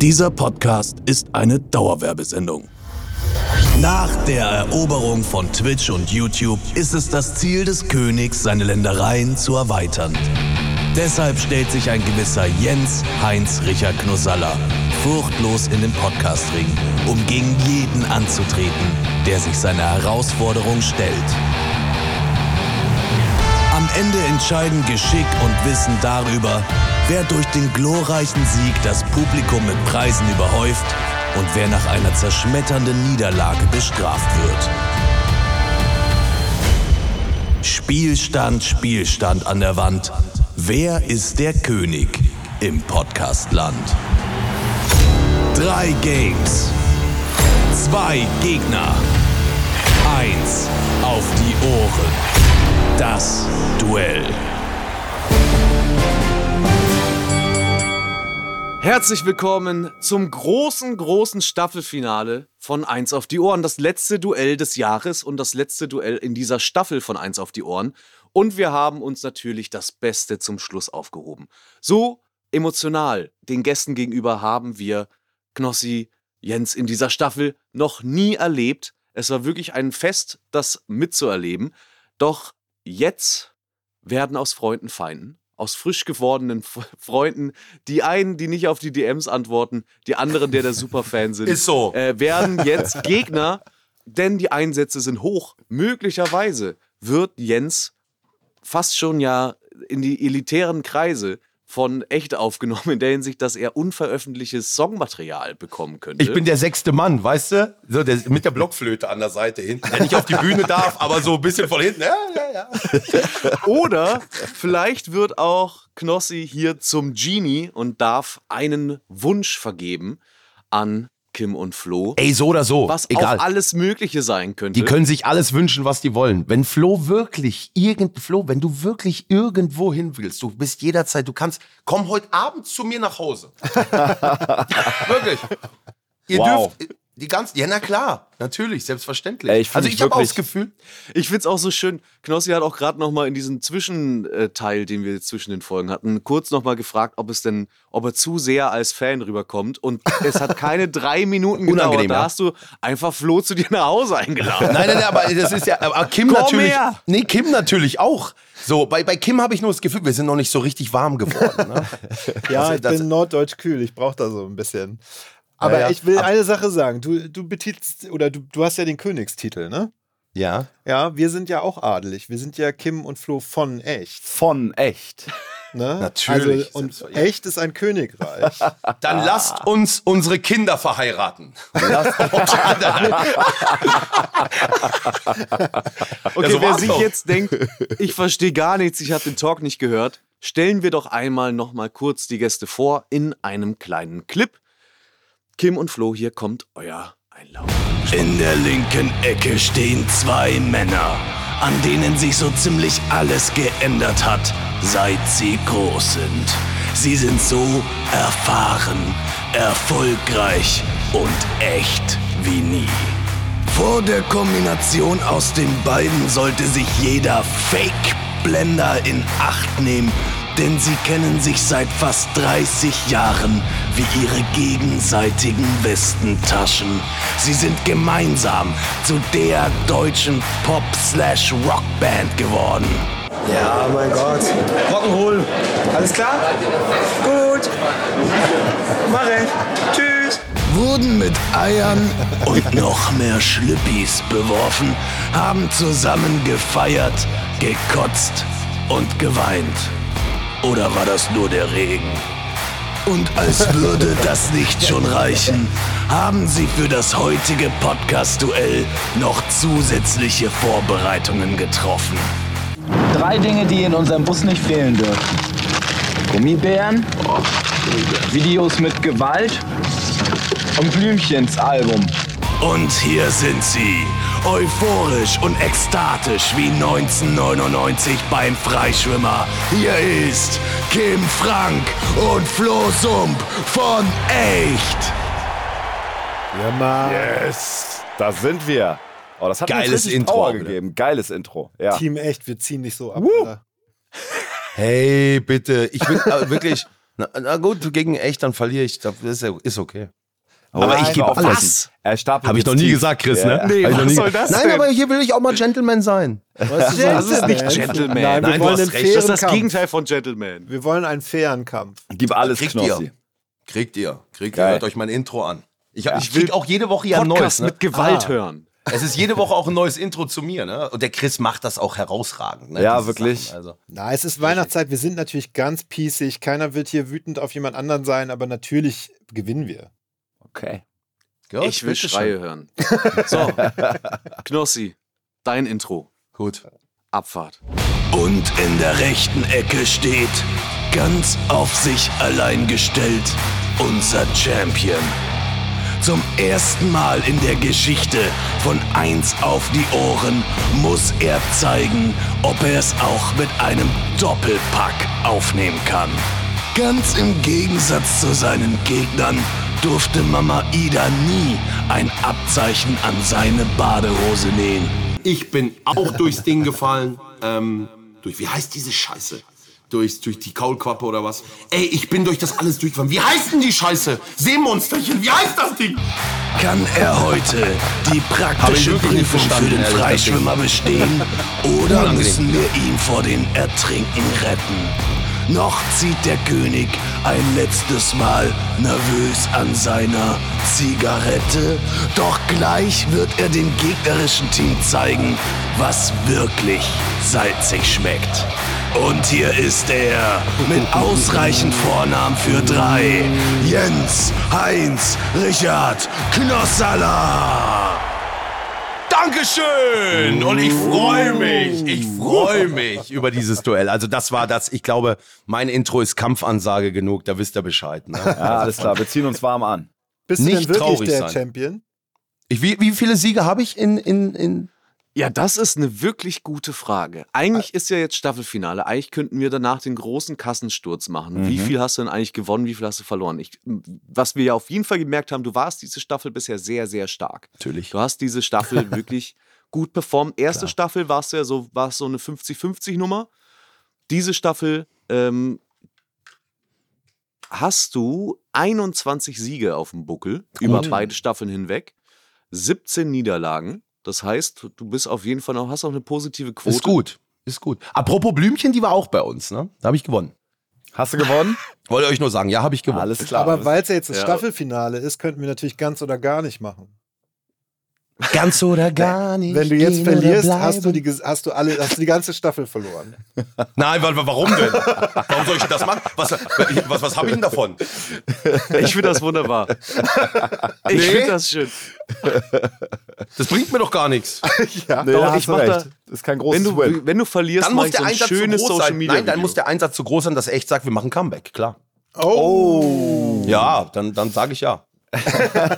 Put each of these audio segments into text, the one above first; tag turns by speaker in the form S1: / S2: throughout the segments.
S1: Dieser Podcast ist eine Dauerwerbesendung. Nach der Eroberung von Twitch und YouTube ist es das Ziel des Königs, seine Ländereien zu erweitern. Deshalb stellt sich ein gewisser Jens Heinz Richer Knosalla furchtlos in den Podcastring, um gegen jeden anzutreten, der sich seiner Herausforderung stellt. Am Ende entscheiden Geschick und Wissen darüber, wer durch den glorreichen Sieg das Publikum mit Preisen überhäuft und wer nach einer zerschmetternden Niederlage bestraft wird. Spielstand, Spielstand an der Wand. Wer ist der König im Podcastland? Drei Games. Zwei Gegner. Eins auf die Ohren. Das Duell.
S2: Herzlich willkommen zum großen, großen Staffelfinale von Eins auf die Ohren. Das letzte Duell des Jahres und das letzte Duell in dieser Staffel von Eins auf die Ohren. Und wir haben uns natürlich das Beste zum Schluss aufgehoben. So emotional den Gästen gegenüber haben wir Knossi, Jens in dieser Staffel noch nie erlebt. Es war wirklich ein Fest, das mitzuerleben. Doch jetzt werden aus Freunden Feinden, aus frisch gewordenen F Freunden, die einen, die nicht auf die DMs antworten, die anderen, der der Superfan sind,
S3: Ist so.
S2: äh, werden jetzt Gegner, denn die Einsätze sind hoch. Möglicherweise wird Jens fast schon ja in die elitären Kreise von echt aufgenommen, in der Hinsicht, dass er unveröffentlichtes Songmaterial bekommen könnte.
S3: Ich bin der sechste Mann, weißt du? So, der, mit der Blockflöte an der Seite hinten. Der nicht auf die Bühne darf, aber so ein bisschen von hinten. Ja, ja, ja.
S2: Oder vielleicht wird auch Knossi hier zum Genie und darf einen Wunsch vergeben an Kim und Flo.
S3: Ey, so oder so.
S2: was
S3: Egal.
S2: auch alles Mögliche sein könnte.
S3: die können sich alles wünschen, was die wollen. Wenn Flo wirklich irgend Flo, wenn du wirklich irgendwo hin willst, du bist jederzeit, du kannst, komm heute Abend zu mir nach Hause. wirklich. Ihr
S4: Wow.
S3: dürft äh, die ganzen, ja na klar, natürlich, selbstverständlich.
S4: Ey, ich fühl
S3: also
S4: mich
S3: ich habe auch
S4: wirklich-
S3: das Gefühl,
S2: ich find's auch so schön. Knossi hat auch gerade nochmal in diesem Zwischenteil, den wir jetzt zwischen den Folgen hatten, kurz nochmal gefragt, ob es denn, ob er zu sehr als Fan rüberkommt. Und es hat keine drei Minuten gedauert.
S3: Unangenehm,
S2: Da
S3: ja.
S2: hast du einfach Flo zu dir nach Hause eingeladen.
S3: Nein, nein, nein, aber das ist ja. Aber Kim
S2: Komm
S3: natürlich.
S2: her!
S3: Nee, Kim natürlich auch. So, bei, bei Kim habe ich nur das Gefühl, wir sind noch nicht so richtig warm geworden. Ne?
S5: Ja,
S3: Also
S5: ich
S3: das-
S5: bin norddeutsch kühl. Ich brauche da so ein bisschen. Aber
S3: ja.
S5: ich will
S3: Ab-
S5: eine Sache sagen. Du, du betitelst oder du, du hast ja den Königstitel, ne?
S3: Ja.
S5: Ja, wir sind ja auch adelig. Wir sind ja Kim und Flo von echt.
S4: Von echt.
S5: Ne?
S3: Natürlich,
S5: Also, und
S3: selbstverständlich.
S5: echt ist ein Königreich.
S3: Dann lasst uns unsere Kinder verheiraten.
S2: Okay,
S3: Ja, so
S2: wer
S3: war's
S2: sich
S3: doch.
S2: jetzt denkt, ich verstehe gar nichts, ich habe den Talk nicht gehört, stellen wir doch einmal nochmal kurz die Gäste vor in einem kleinen Clip. Kim und Flo, hier kommt euer Einlauf.
S1: In der linken Ecke stehen zwei Männer, an denen sich so ziemlich alles geändert hat, seit sie groß sind. Sie sind so erfahren, erfolgreich und echt wie nie. Vor der Kombination aus den beiden sollte sich jeder Fake-Blender in Acht nehmen, denn sie kennen sich seit fast 30 Jahren wie ihre gegenseitigen Westentaschen. Sie sind gemeinsam zu der deutschen Pop-Slash-Rockband geworden.
S6: Ja, mein Gott. Rock'n'Roll. Alles klar? Gut. Mach ich. Tschüss.
S1: wurden mit Eiern und noch mehr Schlüppis beworfen, haben zusammen gefeiert, gekotzt und geweint. Oder war das nur der Regen? Und als würde das nicht schon reichen, haben sie für das heutige Podcast-Duell noch zusätzliche Vorbereitungen getroffen.
S7: Drei Dinge, die in unserem Bus nicht fehlen dürfen. Gummibären, Videos mit Gewalt und Blümchens Album.
S1: Und hier sind sie, euphorisch und ekstatisch wie 1999 beim Freischwimmer. Hier ist Kim Frank und Flo Sump von Echt.
S5: ja, Mann.
S4: Yes. Da sind wir. Oh, das hat mir
S3: Geiles
S4: richtig
S3: Intro,
S4: Power
S3: Alter.
S4: gegeben. Geiles Intro. Ja.
S5: Team echt, wir ziehen dich so ab. Alter.
S3: Hey, bitte. Ich bin äh, wirklich. Na, na gut, gegen echt, dann verliere ich. Das ist, ja- ist okay.
S4: Aber ich gebe alles.
S2: Was?
S4: Er stapelt
S3: Habe ich
S4: jetzt
S3: noch nie
S4: tief.
S3: gesagt, Chris,
S4: Ja, ja.
S3: ne? Hab ich noch
S2: was
S3: nie-
S2: soll das
S3: Nein,
S2: denn?
S3: aber hier will ich auch mal Gentleman sein.
S5: Weißt du,
S2: Das ist nicht Gentleman.
S3: Nein,
S5: Nein, wir
S3: du
S5: wollen
S3: hast recht.
S5: einen fairen
S2: Das ist das
S5: Kampf.
S2: Gegenteil von Gentleman.
S5: Wir wollen einen fairen Kampf.
S4: Gib alles,
S3: Kriegt
S4: Knossi.
S3: ihr. Kriegt ihr. Kriegt
S4: Geil.
S3: ihr. Hört euch mein Intro an. Ich, ich
S2: will
S3: krieg auch jede Woche ja ein neues.
S2: Podcast
S3: Ne?
S2: mit Gewalt hören.
S3: Es ist jede Woche auch ein neues Intro zu mir. Ne? Und der Chris macht das auch herausragend. Ne?
S4: Ja,
S3: Diese
S4: wirklich.
S3: Sachen, Also.
S5: Na, es ist Weihnachtszeit. Wir sind natürlich ganz pießig. Keiner wird hier wütend auf jemand anderen sein, aber natürlich gewinnen wir.
S4: Okay.
S3: Ja,
S2: Ich will
S3: bitteschön.
S2: Schreie hören. So, Knossi, dein Intro.
S3: Gut.
S2: Abfahrt.
S1: Und in der rechten Ecke steht, ganz auf sich allein gestellt, unser Champion. Zum ersten Mal in der Geschichte von 1 auf die Ohren muss er zeigen, ob er es auch mit einem Doppelpack aufnehmen kann. Ganz im Gegensatz zu seinen Gegnern durfte Mama Ida nie ein Abzeichen an seine Badehose nähen.
S8: Ich bin auch durchs Ding gefallen. Ähm, durch, wie heißt diese Scheiße? Durch, durch die Kaulquappe oder was? Ey, ich bin durch das alles durchgefallen. Wie heißt denn die Scheiße? Seemonsterchen, wie heißt das Ding?
S1: Kann er heute die praktische
S8: wirklich nicht
S1: Prüfung für
S8: verstanden,
S1: den
S8: ehrlich, das
S1: Freischwimmer bestehen oder müssen wir ihn vor dem Ertrinken retten? Noch zieht der König ein letztes Mal nervös an seiner Zigarette, doch gleich wird er dem gegnerischen Team zeigen, was wirklich salzig schmeckt. Und hier ist er mit ausreichend Vornamen für drei. Jens, Heinz, Richard, Knossala.
S3: Dankeschön! Und ich freue mich. Ich freue mich über dieses Duell. Also, das war das. Ich glaube, mein Intro ist Kampfansage genug. Da wisst ihr Bescheid. Ne?
S4: Ja, alles klar. Wir ziehen uns warm an.
S5: Bist
S3: Nicht
S5: du denn wirklich
S3: traurig
S5: der
S3: sein.
S5: Champion?
S3: Ich, wie, wie viele Siege habe ich in, in, in.
S2: Ja, das ist eine wirklich gute Frage. Eigentlich ist ja jetzt Staffelfinale. Eigentlich könnten wir danach den großen Kassensturz machen. Wie viel hast du denn eigentlich gewonnen? Wie viel hast du verloren? Ich, was wir ja auf jeden Fall gemerkt haben, du warst diese Staffel bisher sehr, sehr stark.
S3: Natürlich.
S2: Du hast diese Staffel wirklich gut performt. Erste Staffel warst du ja so, war so eine 50-50-Nummer. Diese Staffel ähm, hast du 21 Siege auf dem Buckel über beide Staffeln hinweg, 17 Niederlagen. Das heißt, du bist auf jeden Fall noch, hast auch eine positive Quote.
S3: Ist gut. Ist gut. Apropos Blümchen, die war auch bei uns. Ne? Da habe ich gewonnen.
S4: Hast du gewonnen?
S3: Wollte euch nur sagen, ja, habe ich gewonnen.
S4: Alles klar.
S5: aber weil es ja jetzt das
S2: ja.
S5: Staffelfinale ist, könnten wir natürlich ganz oder gar nicht machen.
S3: Ganz oder gar nicht.
S5: Wenn du jetzt
S3: gehen oder
S5: verlierst,
S3: bleiben.
S5: hast du, die, ges- hast, du alle, hast du die ganze Staffel verloren.
S3: Nein, wa- wa- warum denn? Warum soll ich denn das machen? Was, was, was habe ich denn davon?
S2: Ich finde das wunderbar. Ich finde das schön.
S3: Das bringt mir doch gar nichts.
S4: nee,
S2: Doch,
S4: da hast
S2: ich
S4: du
S2: mach
S4: recht.
S2: da-
S4: das ist kein großes
S2: Wenn du,
S4: Win.
S2: wenn du verlierst,
S3: Dann
S2: mach
S3: muss
S2: ich so
S3: der
S2: ein
S3: Einsatz
S2: schönes
S3: so groß
S2: Social
S3: sein.
S2: Media.
S3: Nein, dann
S2: Video.
S3: muss der Einsatz so groß sein, dass er echt sagt, wir machen Comeback, klar.
S5: Oh!
S3: Ja, dann, dann sage ich ja.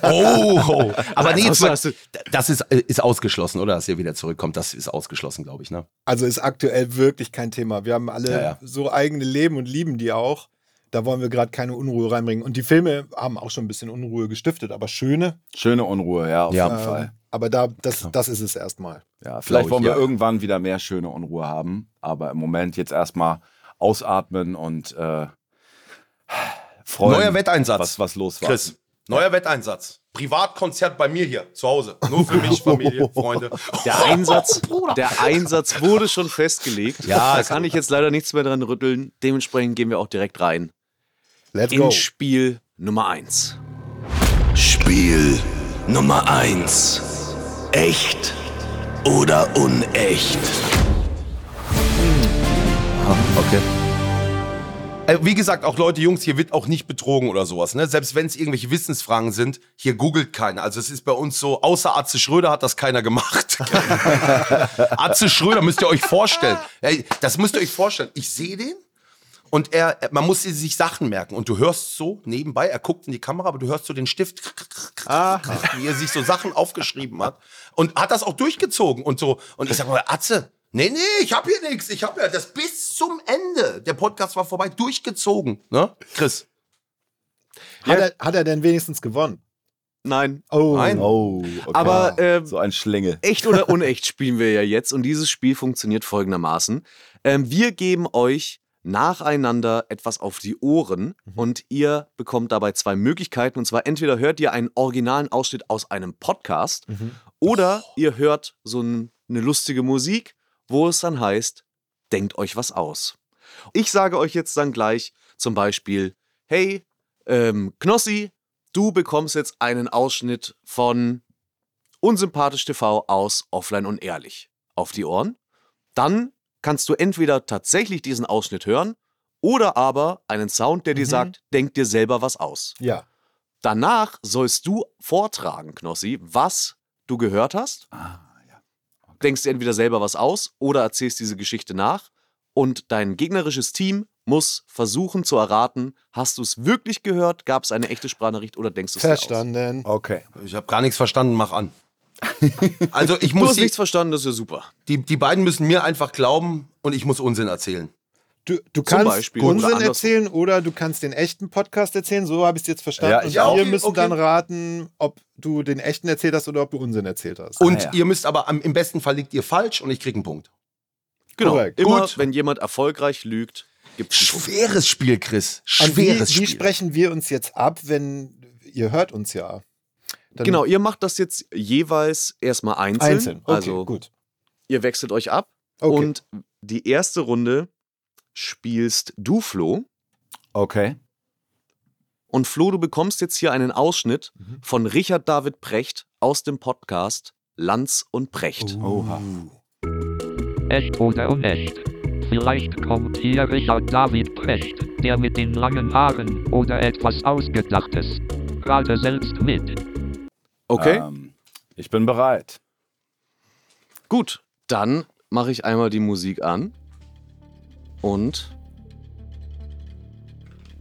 S3: oh, oh. aber nee, jetzt
S2: Also
S3: mal,
S2: hast du-
S3: das ist, äh, ist ausgeschlossen, oder? Dass ihr wieder zurückkommt, das ist ausgeschlossen, glaube ich, ne?
S5: Also ist aktuell wirklich kein Thema. Wir haben alle
S3: Ja, ja.
S5: so eigene Leben und lieben die auch. Da wollen wir gerade keine Unruhe reinbringen. Und die Filme haben auch schon ein bisschen Unruhe gestiftet, aber schöne.
S4: Schöne Unruhe, ja, auf
S3: Ja.
S4: jeden
S5: Ähm,
S4: Fall.
S5: Aber da, das, das ist es erstmal.
S4: Ja, vielleicht
S3: ich,
S4: wollen wir
S3: ja.
S4: irgendwann wieder mehr schöne Unruhe haben. Aber im Moment jetzt erstmal ausatmen und äh, freuen.
S3: Neuer Wetteinsatz.
S4: Was, was los war.
S3: Chris, neuer Wetteinsatz. Privatkonzert bei mir hier, zu Hause. Nur für mich, Familie, Freunde.
S2: Der Einsatz, der Einsatz wurde schon festgelegt.
S3: Ja,
S2: da
S3: ist
S2: kann ich jetzt leider nichts mehr dran rütteln. Dementsprechend gehen wir auch direkt rein
S5: Let's
S2: in
S5: go.
S2: Spiel Nummer 1.
S1: Spiel Nummer 1. Echt oder unecht?
S3: Okay. Äh, Wie gesagt, auch Leute, Jungs, hier wird auch nicht betrogen oder sowas. Ne? Selbst wenn es irgendwelche Wissensfragen sind, hier googelt keiner. Also es ist bei uns so, außer Atze Schröder hat das keiner gemacht. Atze Schröder müsst ihr euch vorstellen. Ey, das müsst ihr euch vorstellen. Ich sehe den und er, er- man muss sich Sachen merken. Und du hörst so nebenbei, er guckt in die Kamera, aber du hörst so den Stift, wie er sich so Sachen aufgeschrieben hat. Und hat das auch durchgezogen und so. Und ich sag mal, Atze, nee, nee, ich hab hier nichts. Ich hab ja das bis zum Ende. Der Podcast war vorbei, durchgezogen. Ne? Chris.
S5: Hat er, hat er denn wenigstens gewonnen?
S2: Nein,
S5: Oh,
S3: Nein.
S4: Oh, okay.
S2: aber ähm,
S4: so ein Schlingel.
S2: echt oder unecht spielen wir ja jetzt. Und dieses Spiel funktioniert folgendermaßen. Ähm, wir geben euch nacheinander etwas auf die Ohren und ihr bekommt dabei zwei Möglichkeiten. Und zwar entweder hört ihr einen originalen Ausschnitt aus einem Podcast oder ihr hört so n- eine lustige Musik, wo es dann heißt, denkt euch was aus. Ich sage euch jetzt dann gleich zum Beispiel, hey, ähm, Knossi, du bekommst jetzt einen Ausschnitt von Unsympathisch TV aus Offline und Ehrlich auf die Ohren. Dann kannst du entweder tatsächlich diesen Ausschnitt hören oder aber einen Sound, der dir sagt, denk dir selber was aus.
S5: Ja.
S2: Danach sollst du vortragen, Knossi, was du gehört hast. Denkst dir entweder selber was aus oder erzählst diese Geschichte nach. Und dein gegnerisches Team muss versuchen zu erraten, hast du es wirklich gehört, gab es eine echte Sprachnachricht oder denkst du es dir aus?
S5: Verstanden.
S4: Okay.
S3: Ich habe gar nichts verstanden, mach an. Also ich
S2: Du
S3: muss
S2: hast
S3: die,
S2: nichts verstanden, das ist ja super.
S3: die, die beiden müssen mir einfach glauben und ich muss Unsinn erzählen.
S5: Du, du kannst
S2: Beispiel. Oder
S5: Unsinn
S2: andersrum.
S5: erzählen oder du kannst den echten Podcast erzählen. So habe ich es jetzt
S4: Ja,
S5: verstanden.
S4: ich
S5: und
S3: auch.
S5: wir
S3: Okay,
S5: müssen
S3: okay.
S5: dann raten, ob du den echten erzählt hast oder ob du Unsinn erzählt hast.
S3: Und
S4: ja.
S3: ihr müsst aber am, im besten Fall liegt ihr falsch und ich krieg einen Punkt.
S2: Genau.
S5: Korrekt.
S2: Immer,
S5: Gut.
S2: wenn jemand erfolgreich lügt, gibt es einen Punkt.
S3: Schweres Spiel, Chris.
S5: Und wie,
S3: Schweres
S5: wie
S3: Spiel.
S5: sprechen wir uns jetzt ab, wenn ihr hört uns ja? Dann
S2: Genau, ihr macht das jetzt jeweils erstmal einzeln.
S5: einzeln. Okay,
S2: also
S5: gut.
S2: ihr wechselt euch ab
S5: Okay.
S2: und die erste Runde spielst du, Flo.
S4: Okay.
S2: Und Flo, du bekommst jetzt hier einen Ausschnitt
S5: Mhm.
S2: von Richard David Precht aus dem Podcast Lanz und Precht.
S5: Oh.
S4: Oha.
S9: Echt oder unecht? Vielleicht kommt hier Richard David Precht, der mit den langen Haaren oder etwas Ausgedachtes. Gerade selbst mit.
S2: Okay,
S4: Ähm, ich bin bereit.
S2: gut. Dann mache ich einmal die Musik an. Und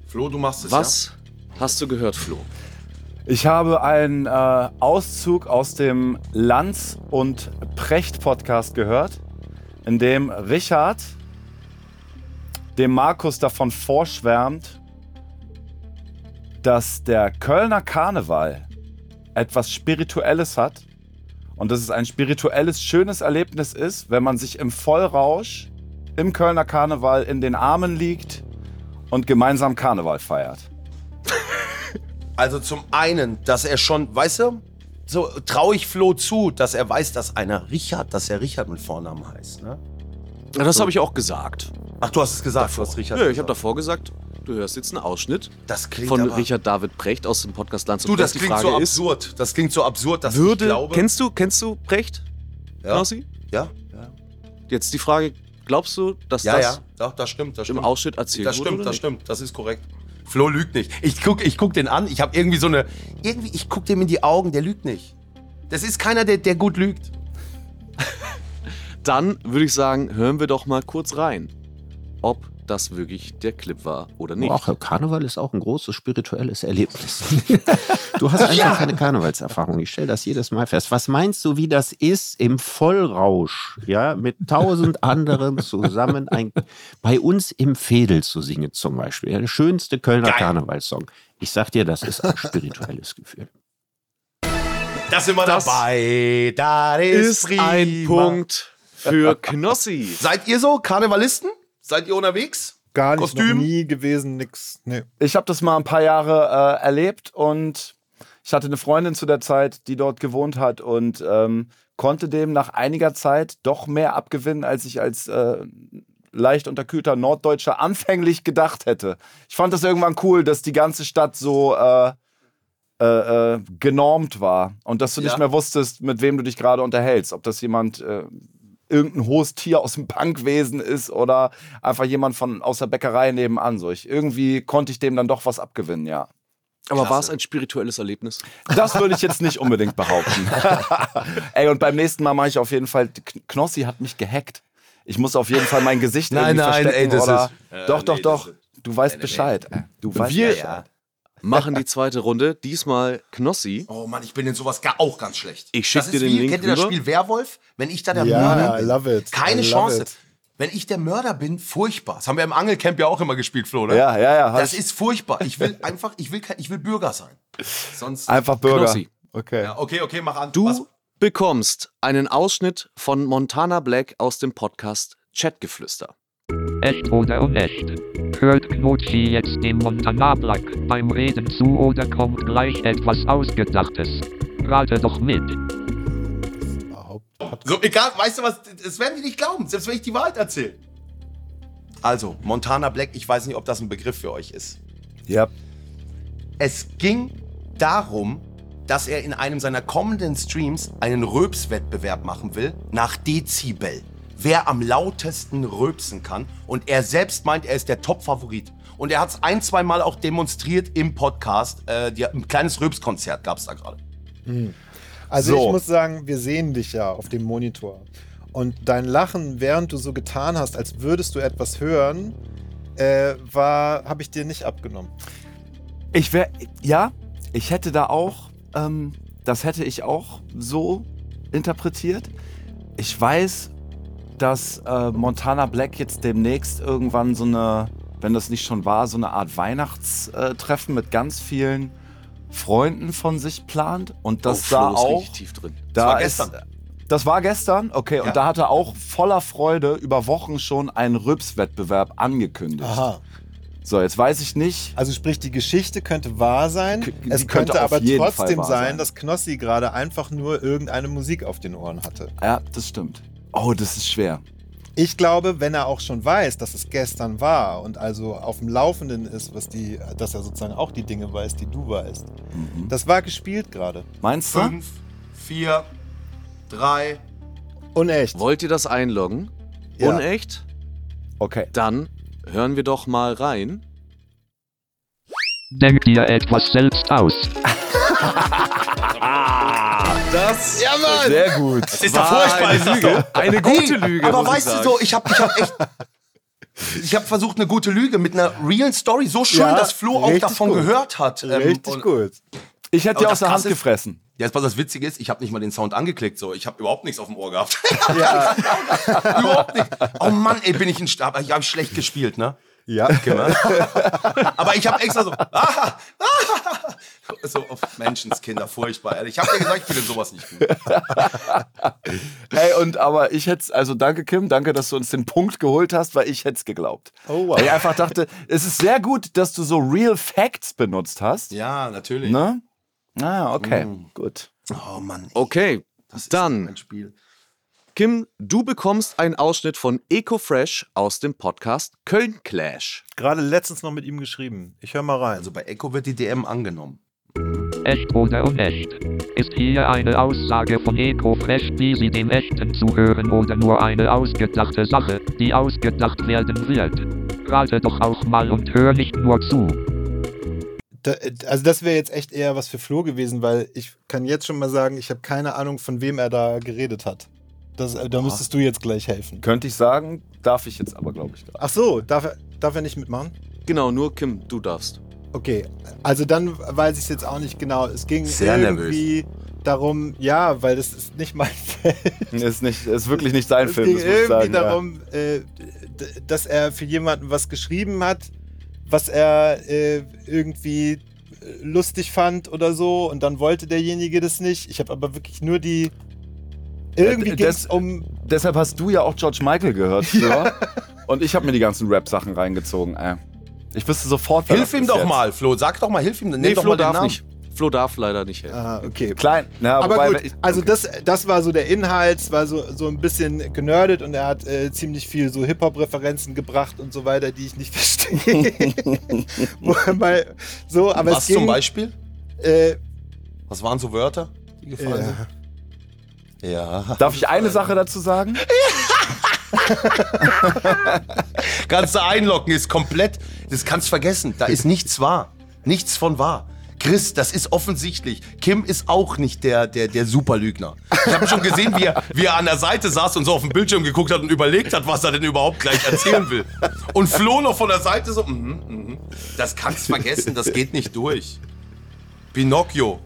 S3: Flo, du machst es.
S2: was hast du gehört, Flo?
S4: Ich habe einen äh, Auszug aus dem Lanz und Precht Podcast gehört, in dem Richard dem Markus davon vorschwärmt, dass der Kölner Karneval etwas Spirituelles hat und dass es ein spirituelles, schönes Erlebnis ist, wenn man sich im Vollrausch im Kölner Karneval in den Armen liegt und gemeinsam Karneval feiert.
S3: Ja? Also zum einen, dass er schon, weißt du, so traue ich Flo zu, dass er weiß, dass einer Richard, dass er Richard mit Vornamen heißt. Ne?
S2: Na, Das habe ich auch gesagt.
S3: Ach, du hast es gesagt, du hast Richard.
S2: Ja, ich habe
S3: gesagt.
S2: davor gesagt, du hörst jetzt einen Ausschnitt
S3: das klingt
S2: von
S3: aber,
S2: Richard David Precht aus dem Podcast Lanz und
S3: Du, das
S2: Precht. Die
S3: klingt
S2: Frage
S3: so
S2: ist,
S3: absurd. das klingt so absurd, dass
S2: würde,
S3: ich glaube.
S2: kennst du, kennst du Precht,
S3: ja,
S2: Knossi?
S3: ja,
S2: Jetzt die Frage, glaubst du, dass
S3: ja,
S2: das
S3: ja, ja, das stimmt, das
S2: im
S3: stimmt.
S2: Ausschnitt erzählt
S3: Das
S2: wurde
S3: stimmt,
S2: oder
S3: das
S2: nicht?
S3: stimmt, das ist korrekt. Flo lügt nicht. Ich guck, ich guck den an, ich habe irgendwie so eine irgendwie ich guck dem in die Augen, der lügt nicht. Das ist keiner, der, der gut lügt.
S2: Dann würde ich sagen, hören wir doch mal kurz rein, ob das wirklich der Clip war oder nicht.
S10: Auch Karneval ist auch ein großes spirituelles Erlebnis. du hast einfach keine Karnevalserfahrung. Ich stelle das jedes Mal fest. Was meinst du, wie das ist im Vollrausch, ja, mit tausend anderen zusammen ein, bei uns im Fädel zu singen zum Beispiel? Ja, der schönste Kölner Karnevalssong. Ich sag dir, das ist ein spirituelles Gefühl.
S3: Das sind wir
S2: Das
S3: dabei. Da
S2: ist ein
S3: prima.
S2: Punkt für Knossi.
S3: Seid ihr so Karnevalisten? Seid ihr unterwegs?
S5: Gar nicht noch
S3: Kostüm?
S5: nie gewesen, nix. Nee.
S4: ich habe das mal ein paar Jahre äh, erlebt und ich hatte eine Freundin zu der Zeit, die dort gewohnt hat und ähm, konnte dem nach einiger Zeit doch mehr abgewinnen, als ich als äh, leicht unterkühlter Norddeutscher anfänglich gedacht hätte. Ich fand das irgendwann cool, dass die ganze Stadt so äh, äh, äh, genormt war und dass du
S3: Ja.
S4: nicht mehr wusstest, mit wem du dich gerade unterhältst. Ob das jemand, äh, irgendein hohes Tier aus dem Bankwesen ist oder einfach jemand von, aus der Bäckerei nebenan. So, ich, irgendwie konnte ich dem dann doch was abgewinnen, ja.
S2: Aber war es ein spirituelles Erlebnis?
S4: Das würde ich jetzt nicht unbedingt behaupten. Ey, und beim nächsten Mal mache ich auf jeden Fall, Kn- Knossi hat mich gehackt. Ich muss auf jeden Fall mein Gesicht
S3: Nein,
S4: irgendwie
S3: nein,
S4: verstecken
S3: ey, das
S4: oder...
S3: ist-
S4: doch,
S3: Äh,
S4: doch,
S3: nee,
S4: doch.
S3: das
S4: Du weißt Bescheid. Du weißt
S2: Wir-
S4: Bescheid.
S2: Machen die zweite Runde, diesmal Knossi.
S3: Oh Mann, ich bin in sowas gar, auch ganz schlecht.
S2: Ich schick
S3: Das
S2: dir
S3: ist
S2: den
S3: wie-
S2: Link
S3: Kennt ihr das
S2: rüber.
S3: Spiel Werwolf? Wenn ich da der
S5: Ja,
S3: Mörder
S5: I
S3: bin.
S5: love it.
S3: Keine
S5: I love
S3: Chance.
S5: it.
S3: Wenn ich der Mörder bin, furchtbar. Das haben wir im Angelcamp ja auch immer gespielt, Flo, oder?
S4: Ja, ja, ja. hab
S3: Das
S4: ich-
S3: ist furchtbar. Ich will einfach, ich will, kein- ich will Bürger sein. Sonst.
S4: einfach Bürger.
S2: Knossi,
S5: Okay.
S3: Ja, okay, okay, mach an.
S2: du
S3: Was-
S2: bekommst einen Ausschnitt von Montana Black aus dem Podcast Chatgeflüster.
S9: Echt oder unecht? Hört Knutschi jetzt dem Montana Black beim Reden zu oder kommt gleich etwas Ausgedachtes? Rate doch mit.
S3: So, egal, weißt du was, das werden die nicht glauben, selbst wenn ich die Wahrheit erzähle. Also, Montana Black, ich weiß nicht, ob das ein Begriff für euch ist.
S4: Ja.
S3: Es ging darum, dass er in einem seiner kommenden Streams einen Röpswettbewerb machen will nach Dezibel. Wer am lautesten röpsen kann. Und er selbst meint, er ist der Top-Favorit. Und er hat es ein, zwei Mal auch demonstriert im Podcast. Äh, die, ein kleines Röpskonzert gab es da gerade.
S5: Also
S4: So.
S5: ich muss sagen, wir sehen dich ja auf dem Monitor. Und dein Lachen, während du so getan hast, als würdest du etwas hören, äh, war, habe ich dir nicht abgenommen.
S4: Ich wäre, ja, ich hätte da auch, ähm, das hätte ich auch so interpretiert. Ich weiß, dass äh, Montana Black jetzt demnächst irgendwann so eine, wenn das nicht schon war, so eine Art Weihnachtstreffen mit ganz vielen Freunden von sich plant und
S2: Oh,
S4: das
S2: Flo
S4: da
S2: ist
S4: auch.
S2: richtig tief drin.
S4: Da
S3: war
S4: Ah, ist,
S3: gestern.
S4: Das war gestern, okay.
S3: Ja.
S4: Und da hat er auch voller Freude über Wochen schon einen Rübswettbewerb angekündigt.
S5: Aha.
S4: So, jetzt weiß ich nicht.
S5: Also sprich, die Geschichte könnte wahr sein.
S4: K- die
S5: es
S4: könnte
S5: könnte,
S4: auf
S5: aber
S4: jeden Fall
S5: trotzdem
S4: wahr
S5: sein,
S4: sein.
S5: dass Knossi gerade einfach nur irgendeine Musik auf den Ohren hatte.
S4: Ja, das stimmt. Oh, das ist schwer.
S5: Ich glaube, wenn er auch schon weiß, dass es gestern war und also auf dem Laufenden ist, was die, dass er sozusagen auch die Dinge weiß, die du weißt.
S4: Mhm.
S5: Das war gespielt gerade.
S4: Meinst du?
S3: Fünf, vier, drei.
S5: Unecht.
S2: Wollt ihr das einloggen?
S5: Ja.
S2: Unecht?
S4: Okay.
S2: Dann hören wir doch mal rein.
S9: Denk dir etwas selbst aus.
S2: Das ja,
S4: Sehr gut.
S3: Ist doch furchtbar, ist das doch.
S2: eine gute Lüge.
S3: Aber
S2: muss ich
S3: weißt du
S2: sagen.
S3: so, ich habe ich hab echt. Ich habe versucht, eine gute Lüge mit einer realen Story. So schön,
S5: Ja,
S3: dass Flo auch
S5: richtig
S3: davon
S5: gut.
S3: gehört hat. Ähm,
S5: Richtig
S3: und-
S5: gut.
S4: Ich hätte dir
S3: Aber das
S4: aus der Hand
S3: Krasse ist-
S4: gefressen.
S3: Ja, jetzt pass, auf, das Witzige ist, ich habe nicht mal den Sound angeklickt. So, ich habe überhaupt nichts auf dem Ohr gehabt.
S5: Ja,
S3: überhaupt nicht. Oh Mann, ey, bin ich ein Stab. Ich habe schlecht gespielt, ne?
S5: ja.
S3: Aber ich habe extra so. Ah, ah, so auf Menschenskinder, furchtbar. ehrlich. Ich habe dir gesagt, ich bin in sowas nicht gut.
S4: Ey, und aber ich hätte also danke Kim, danke, dass du uns den Punkt geholt hast, weil ich hätte es geglaubt.
S5: Oh, wow.
S4: Weil ich einfach dachte, es ist sehr gut, dass du so Real Facts benutzt hast.
S3: Ja, natürlich.
S4: Ne? Ah, okay. Gut.
S3: Oh Mann,
S2: Okay, dann,
S3: ein Spiel.
S2: Kim, du bekommst einen Ausschnitt von EcoFresh aus dem Podcast Köln Clash.
S5: Gerade letztens noch mit ihm geschrieben. Ich höre mal rein.
S3: Also bei Echo wird die DM angenommen.
S9: Echt oder unecht? Ist hier eine Aussage von EcoFresh, die Sie dem Echten zuhören oder nur eine ausgedachte Sache, die ausgedacht werden wird? Rate doch auch mal und hör nicht nur zu.
S5: Da, also das wäre jetzt echt eher was für Flo gewesen, weil ich kann jetzt schon mal sagen, ich habe keine Ahnung, von wem er da geredet hat. Das, äh, da müsstest du jetzt gleich helfen.
S4: Könnte ich sagen, darf ich jetzt aber, glaube ich, gerade.
S5: Ach so, darf er, darf er nicht mitmachen?
S2: Genau, nur Kim, du darfst.
S5: Okay, also dann weiß ich es jetzt auch nicht genau. Es ging
S3: Sehr nervös.
S5: irgendwie darum, ja, weil das ist nicht mein Feld.
S4: Ist, nicht, ist wirklich nicht sein
S5: es
S4: Film,
S5: ging
S4: das muss ich
S5: irgendwie
S4: sagen. Ja.
S5: darum, äh, d- dass er für jemanden was geschrieben hat, was er äh, irgendwie äh, lustig fand oder so und dann wollte derjenige das nicht. Ich habe aber wirklich nur die irgendwie
S4: Äh,
S5: ging
S4: das-
S5: es um
S4: Deshalb hast du ja auch George Michael gehört früher. Und ich habe mir die ganzen Rap-Sachen reingezogen, ey. Ich wüsste sofort, wer
S3: Hilf
S4: das
S3: ihm
S4: ist
S3: doch
S4: jetzt.
S3: mal, Flo. Sag doch mal, hilf ihm. Nimm
S2: Nee,
S3: doch
S2: Flo
S3: mal den
S2: darf
S3: Namen.
S2: nicht. Flo darf leider nicht helfen.
S5: Ah, okay.
S4: Klein. Na,
S5: Aber
S4: wobei,
S5: gut,
S4: ich-
S5: also
S4: okay.
S5: das, das war so der Inhalt, es war so, so ein bisschen genördet und er hat äh, ziemlich viel so Hip-Hop-Referenzen gebracht und so weiter, die ich nicht verstehe. Wobei, so, aber
S3: Was
S5: es ging,
S3: zum Beispiel?
S5: Äh,
S3: Was waren so Wörter, die gefallen sind? Ja.
S4: Darf ich eine Sache dazu sagen?
S3: Kannst du einloggen, ist komplett. Das kannst vergessen. Da ist nichts wahr. Nichts von wahr. Chris, das ist offensichtlich. Kim ist auch nicht der, der, der Superlügner. Ich habe schon gesehen, wie er, wie er an der Seite saß und so auf den Bildschirm geguckt hat und überlegt hat, was er denn überhaupt gleich erzählen will. Und Flo noch von der Seite so, mhm, mhm. das kannst vergessen, das geht nicht durch. Pinocchio.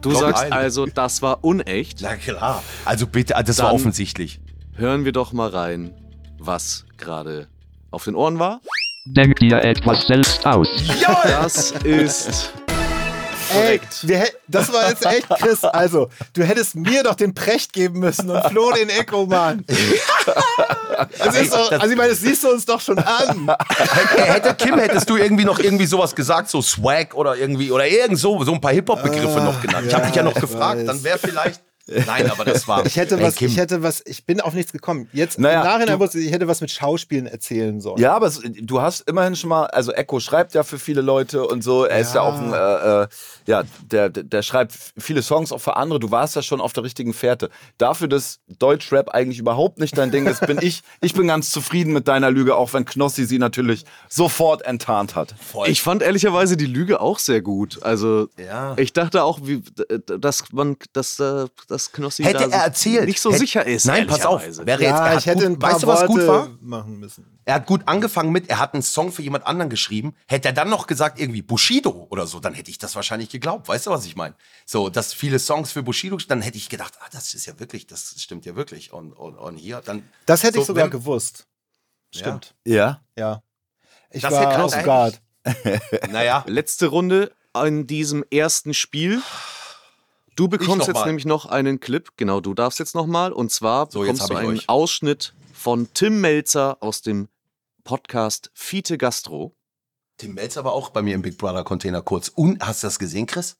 S2: Du
S3: Komm
S2: sagst
S3: rein.
S2: also, das war unecht.
S3: Na klar. Also bitte, das war
S2: Dann-
S3: offensichtlich.
S2: Hören wir doch mal rein, was gerade auf den Ohren war.
S9: Denk dir etwas selbst aus.
S2: Das ist
S5: Ey, wir, hä- das war jetzt echt, Chris. Also, du hättest mir doch den Precht geben müssen und Flo den Echo, Mann. Das ist doch, also, ich meine, das siehst du uns doch schon an.
S3: Hätte Kim, hättest du irgendwie noch irgendwie sowas gesagt, so Swag oder irgendwie, oder irgend so, so ein paar Hip-Hop-Begriffe noch genannt. Ich habe dich ja noch gefragt,
S5: Ah, weiß.
S3: dann wäre vielleicht. Nein, aber das war.
S5: Ich hätte
S3: Ey,
S5: was,
S3: Kim,
S5: ich hätte was, ich bin auf nichts gekommen. Jetzt
S4: Naja,
S5: im Nachhinein
S4: du-
S5: wusste ich, ich hätte was mit Schauspielen erzählen sollen.
S4: Ja, aber es, du hast immerhin schon mal, also Echo schreibt ja für viele Leute und so. Er ist ja auch ein, äh, äh, ja, der, der- der schreibt viele Songs auch für andere. Du warst ja schon auf der richtigen Fährte. Dafür, dass Deutschrap eigentlich überhaupt nicht dein Ding ist, bin ich, ich bin ganz zufrieden mit deiner Lüge, auch wenn Knossi sie natürlich sofort enttarnt hat.
S2: Ich fand ehrlicherweise die Lüge auch sehr gut. Also, ich dachte auch, wie, d- d- dass man, dass, äh, dass Knossi da
S3: hätte
S2: so
S3: er erzählt.
S2: nicht so
S3: hätte,
S2: sicher ist.
S3: Nein, pass auf.
S2: ehrlicherweise.
S3: Wäre jetzt, er
S5: Ja,
S3: hat
S5: ich hätte
S3: gut,
S5: ein paar
S3: weißt du, was
S5: Worte
S3: gut war?
S5: machen müssen.
S3: Er hat gut angefangen mit, er hat einen Song für jemand anderen geschrieben. Hätte er dann noch gesagt, irgendwie Bushido oder so, dann hätte ich das wahrscheinlich geglaubt. Weißt du, was ich meine? So, dass viele Songs für Bushido, dann hätte ich gedacht, ah, das ist ja wirklich, das stimmt ja wirklich. Und, und, und hier, dann.
S5: Das hätte ich
S3: So,
S5: sogar
S3: wenn-
S5: gewusst. Stimmt.
S4: Ja?
S5: Ja. Ich
S3: Das hätte
S5: war
S3: Klaus
S5: auf Guard.
S3: Naja,
S2: Letzte Runde in diesem ersten Spiel. Du bekommst
S3: noch
S2: jetzt
S3: mal.
S2: nämlich noch einen Clip. Genau, du darfst jetzt nochmal. Und zwar
S3: So, jetzt
S2: bekommst
S3: hab
S2: du
S3: ich
S2: einen
S3: euch.
S2: Ausschnitt von Tim Melzer aus dem Podcast Fiete Gastro.
S3: Tim Melzer war auch bei mir im Big Brother Container kurz. Und hast du das gesehen, Chris?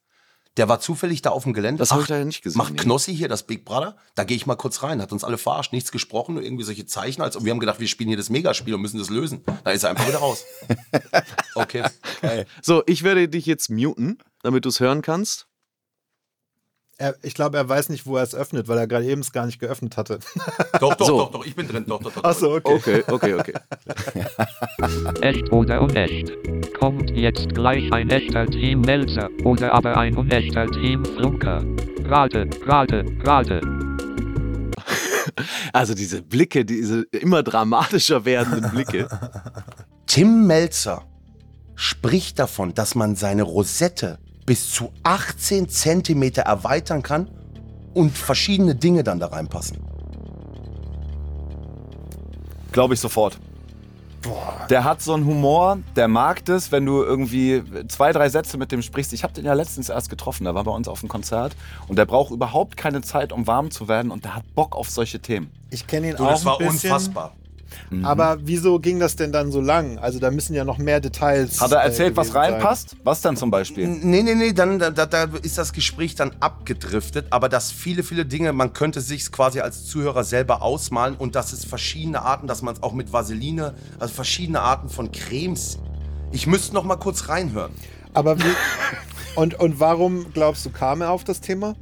S3: Der war zufällig da auf dem Gelände.
S2: Das habe
S3: Ach,
S2: ich da ja nicht gesehen.
S3: Macht
S2: nee.
S3: Knossi hier das Big Brother? Da gehe ich mal kurz rein. Hat uns alle verarscht, nichts gesprochen, nur irgendwie solche Zeichen. Als, und wir haben gedacht, wir spielen hier das Megaspiel und müssen das lösen. Da ist er einfach wieder raus. Okay.
S2: So, ich werde dich jetzt muten, damit du es hören kannst.
S5: Er, ich glaube, er weiß nicht, wo er es öffnet, weil er gerade eben es gar nicht geöffnet hatte.
S3: Doch, doch,
S2: So.
S3: doch, doch. Ich bin drin. Doch, doch, doch.
S5: Achso, okay.
S2: Okay, okay, okay.
S9: Echt oder unecht. Kommt jetzt gleich ein echter Team Melzer oder aber ein unechter Team Flunker. Rate, rate, rate.
S2: Also diese Blicke, diese immer dramatischer werdenden Blicke.
S3: Tim Melzer spricht davon, dass man seine Rosette bis zu 18 Zentimeter erweitern kann und verschiedene Dinge dann da reinpassen.
S4: Glaube ich sofort. Der hat so einen Humor, der mag das, wenn du irgendwie zwei, drei Sätze mit dem sprichst. Ich habe den ja letztens erst getroffen, der war bei uns auf dem Konzert und der braucht überhaupt keine Zeit, um warm zu werden und der hat Bock auf solche Themen.
S5: Ich kenne ihn
S3: Du,
S5: auch.
S3: das war
S5: ein bisschen,
S3: unfassbar.
S4: Mhm.
S5: Aber wieso ging das denn dann so lang? Also, da müssen ja noch mehr Details.
S4: Hat er
S5: äh,
S4: erzählt, was
S5: gewesen sein.
S4: reinpasst? Was dann zum Beispiel?
S3: Nee, nee, nee, dann, da, da- da ist das Gespräch dann abgedriftet, aber dass viele, viele Dinge, man könnte sich quasi als Zuhörer selber ausmalen und dass es verschiedene Arten, dass man es auch mit Vaseline, also verschiedene Arten von Cremes. Ich müsste noch mal kurz reinhören.
S5: Aber wie, und, und warum glaubst du, kam er auf das Thema?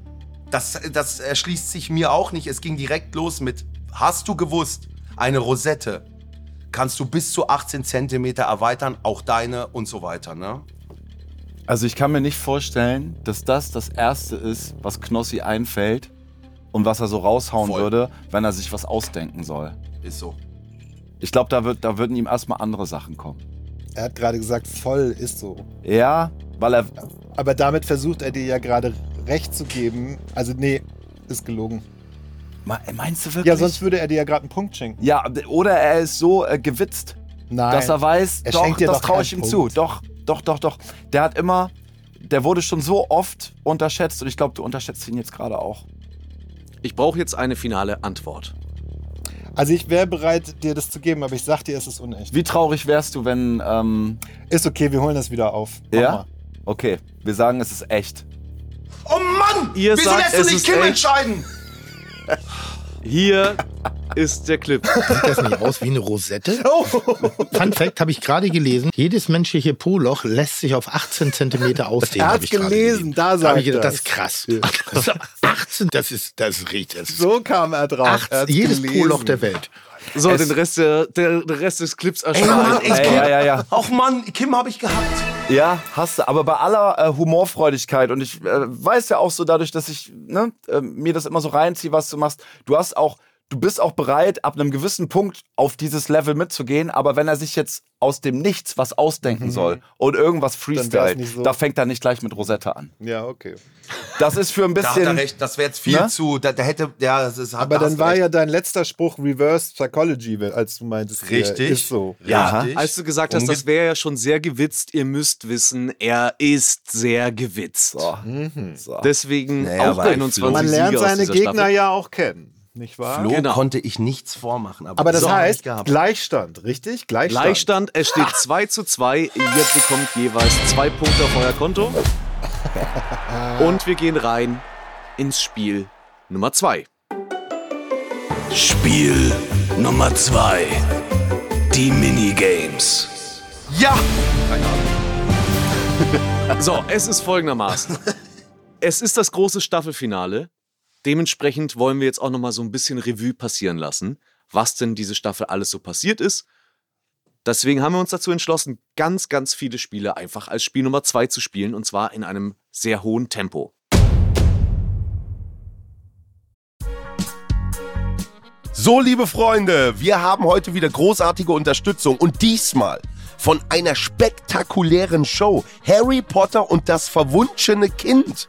S3: Das, das erschließt sich mir auch nicht. Es ging direkt los mit, hast du gewusst, eine Rosette kannst du bis zu 18 Zentimeter erweitern, auch deine und so weiter, ne?
S4: Also ich kann mir nicht vorstellen, dass das das Erste ist, was Knossi einfällt und was er so raushauen
S3: Voll.
S4: würde, wenn er sich was ausdenken soll.
S3: Ist so.
S4: Ich glaube, da, wird, da würden ihm erstmal andere Sachen kommen.
S5: Er hat gerade gesagt, voll ist so.
S4: Ja, weil er
S5: Aber damit versucht er dir ja gerade recht zu geben. Also, nee, ist gelogen.
S4: Me- Meinst du wirklich?
S5: Ja, sonst würde er dir ja gerade einen Punkt schenken.
S4: Ja, oder er ist so äh, gewitzt,
S5: Nein.
S4: dass er weiß,
S5: Er
S4: doch,
S5: schenkt dir
S4: das
S5: doch
S4: traue ich ihm
S5: keinen
S4: zu.
S5: Punkt.
S4: Doch, doch, doch, doch. Der hat immer, der wurde schon so oft unterschätzt und ich glaube, du unterschätzt ihn jetzt gerade auch.
S2: Ich brauche jetzt eine finale Antwort.
S5: also, ich wäre bereit, dir das zu geben, aber ich sag dir, es ist unecht.
S4: Wie traurig wärst du, wenn, ähm,
S5: Ist okay, wir holen das wieder auf. Mach
S4: ja?
S5: mal.
S4: Okay, wir sagen, es ist echt.
S3: Oh Mann!
S2: Ihr
S3: Wieso
S2: sagt,
S3: lässt
S2: es
S3: du
S2: ist
S3: nicht Kim
S2: echt.
S3: entscheiden?
S2: Hier ist der Clip.
S11: Sieht das nicht aus wie eine Rosette?
S5: Oh.
S11: Fun Fact habe ich gerade gelesen. Jedes menschliche Po-Loch lässt sich auf 18 Zentimeter ausdehnen.
S5: Er
S11: hab
S5: hat's
S11: ich gerade
S5: gelesen, da
S11: Da hab
S5: sagt
S11: ich gedacht,
S5: er.
S11: das ist krass. Das ist 18, das ist, das ist richtig. Das ist
S5: So kam er drauf.
S11: 18,
S5: Er hat's
S11: jedes
S5: gelesen.
S11: Po-Loch der Welt.
S2: So, den Rest, der, der, der Rest des Clips
S3: Mann,
S2: erscheint.
S3: ich-
S4: Ey, ja, ja, ja.
S3: Ach Mann, Kim habe ich gehabt.
S4: Ja, hast du. Aber bei aller äh, Humorfreudigkeit und ich äh, weiß ja auch so dadurch, dass ich ne, äh, mir das immer so reinziehe, was du machst. Du hast auch du bist auch bereit, ab einem gewissen Punkt auf dieses Level mitzugehen, aber wenn er sich jetzt aus dem Nichts was ausdenken soll und irgendwas freestylt,
S5: Mhm. nicht so.
S4: da fängt er nicht gleich mit Rosetta an.
S5: Ja, okay.
S4: Das ist für ein
S3: Da hat er
S4: bisschen.
S3: recht, das wäre jetzt viel
S4: Ne?
S3: zu. Da, da hätte, ja, das ist, da
S5: Aber
S3: hast
S5: dann
S3: du
S5: war
S3: recht.
S5: ja dein letzter Spruch Reverse Psychology, we- als du meintest. hier,
S3: Richtig.
S5: Ist so.
S4: Ja.
S3: Richtig.
S2: Als du gesagt hast,
S3: Umge-
S2: das wäre ja schon sehr gewitzt, ihr müsst wissen, er ist sehr gewitzt.
S4: So.
S2: Deswegen
S3: Naja,
S2: auch
S3: weil
S2: 21
S3: Man
S5: Mhm. Man lernt
S2: Siege also aus
S5: seine
S2: dieser
S5: Gegner
S2: Staffel.
S5: ja auch kennen, nicht wahr?
S3: Flo
S2: Genau.
S3: konnte ich nichts vormachen. Aber,
S5: Aber das
S3: so
S5: heißt,
S3: gehabt.
S5: Gleichstand, richtig? Gleichstand.
S2: Gleichstand, es steht 2 zu 2. Ihr bekommt jeweils zwei Punkte auf euer Konto. Und wir gehen rein ins Spiel Nummer 2.
S1: Spiel Nummer 2. Die Minigames.
S2: So, es ist folgendermaßen. Es ist das große Staffelfinale. Dementsprechend wollen wir jetzt auch nochmal so ein bisschen Revue passieren lassen, was denn diese Staffel alles so passiert ist. Deswegen haben wir uns dazu entschlossen, ganz, ganz viele Spiele einfach als Spiel Nummer 2 zu spielen und zwar in einem sehr hohen Tempo.
S3: So, liebe Freunde, wir haben heute wieder großartige Unterstützung und diesmal von einer spektakulären Show Harry Potter und das verwunschene Kind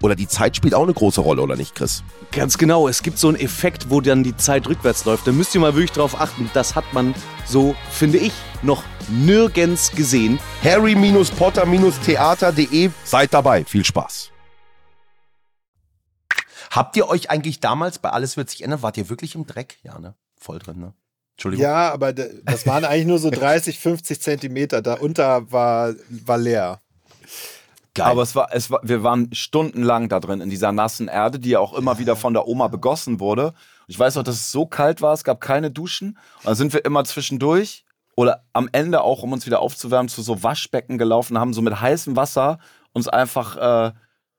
S3: oder die Zeit spielt auch eine große Rolle, oder nicht, Chris?
S2: Ganz genau, es gibt so einen Effekt, wo dann die Zeit rückwärts läuft. Da müsst ihr mal wirklich drauf achten. Das hat man, so finde ich, noch nirgends gesehen.
S3: harry-potter-theater.de. Seid dabei. Viel Spaß. Habt ihr euch eigentlich damals bei Alles wird sich ändern, wart ihr wirklich im Dreck? Ja, ne? Voll drin, ne? Entschuldigung.
S5: Ja, aber d- das waren eigentlich nur so 30, 50 Zentimeter. Darunter war, war leer.
S4: Aber es war, es war, wir waren stundenlang da drin in dieser nassen Erde, die ja auch immer wieder von der Oma begossen wurde. Und ich weiß noch, dass es so kalt war, es gab keine Duschen. Und dann sind wir immer zwischendurch oder am Ende auch, um uns wieder aufzuwärmen, zu so Waschbecken gelaufen, haben so mit heißem Wasser uns einfach äh,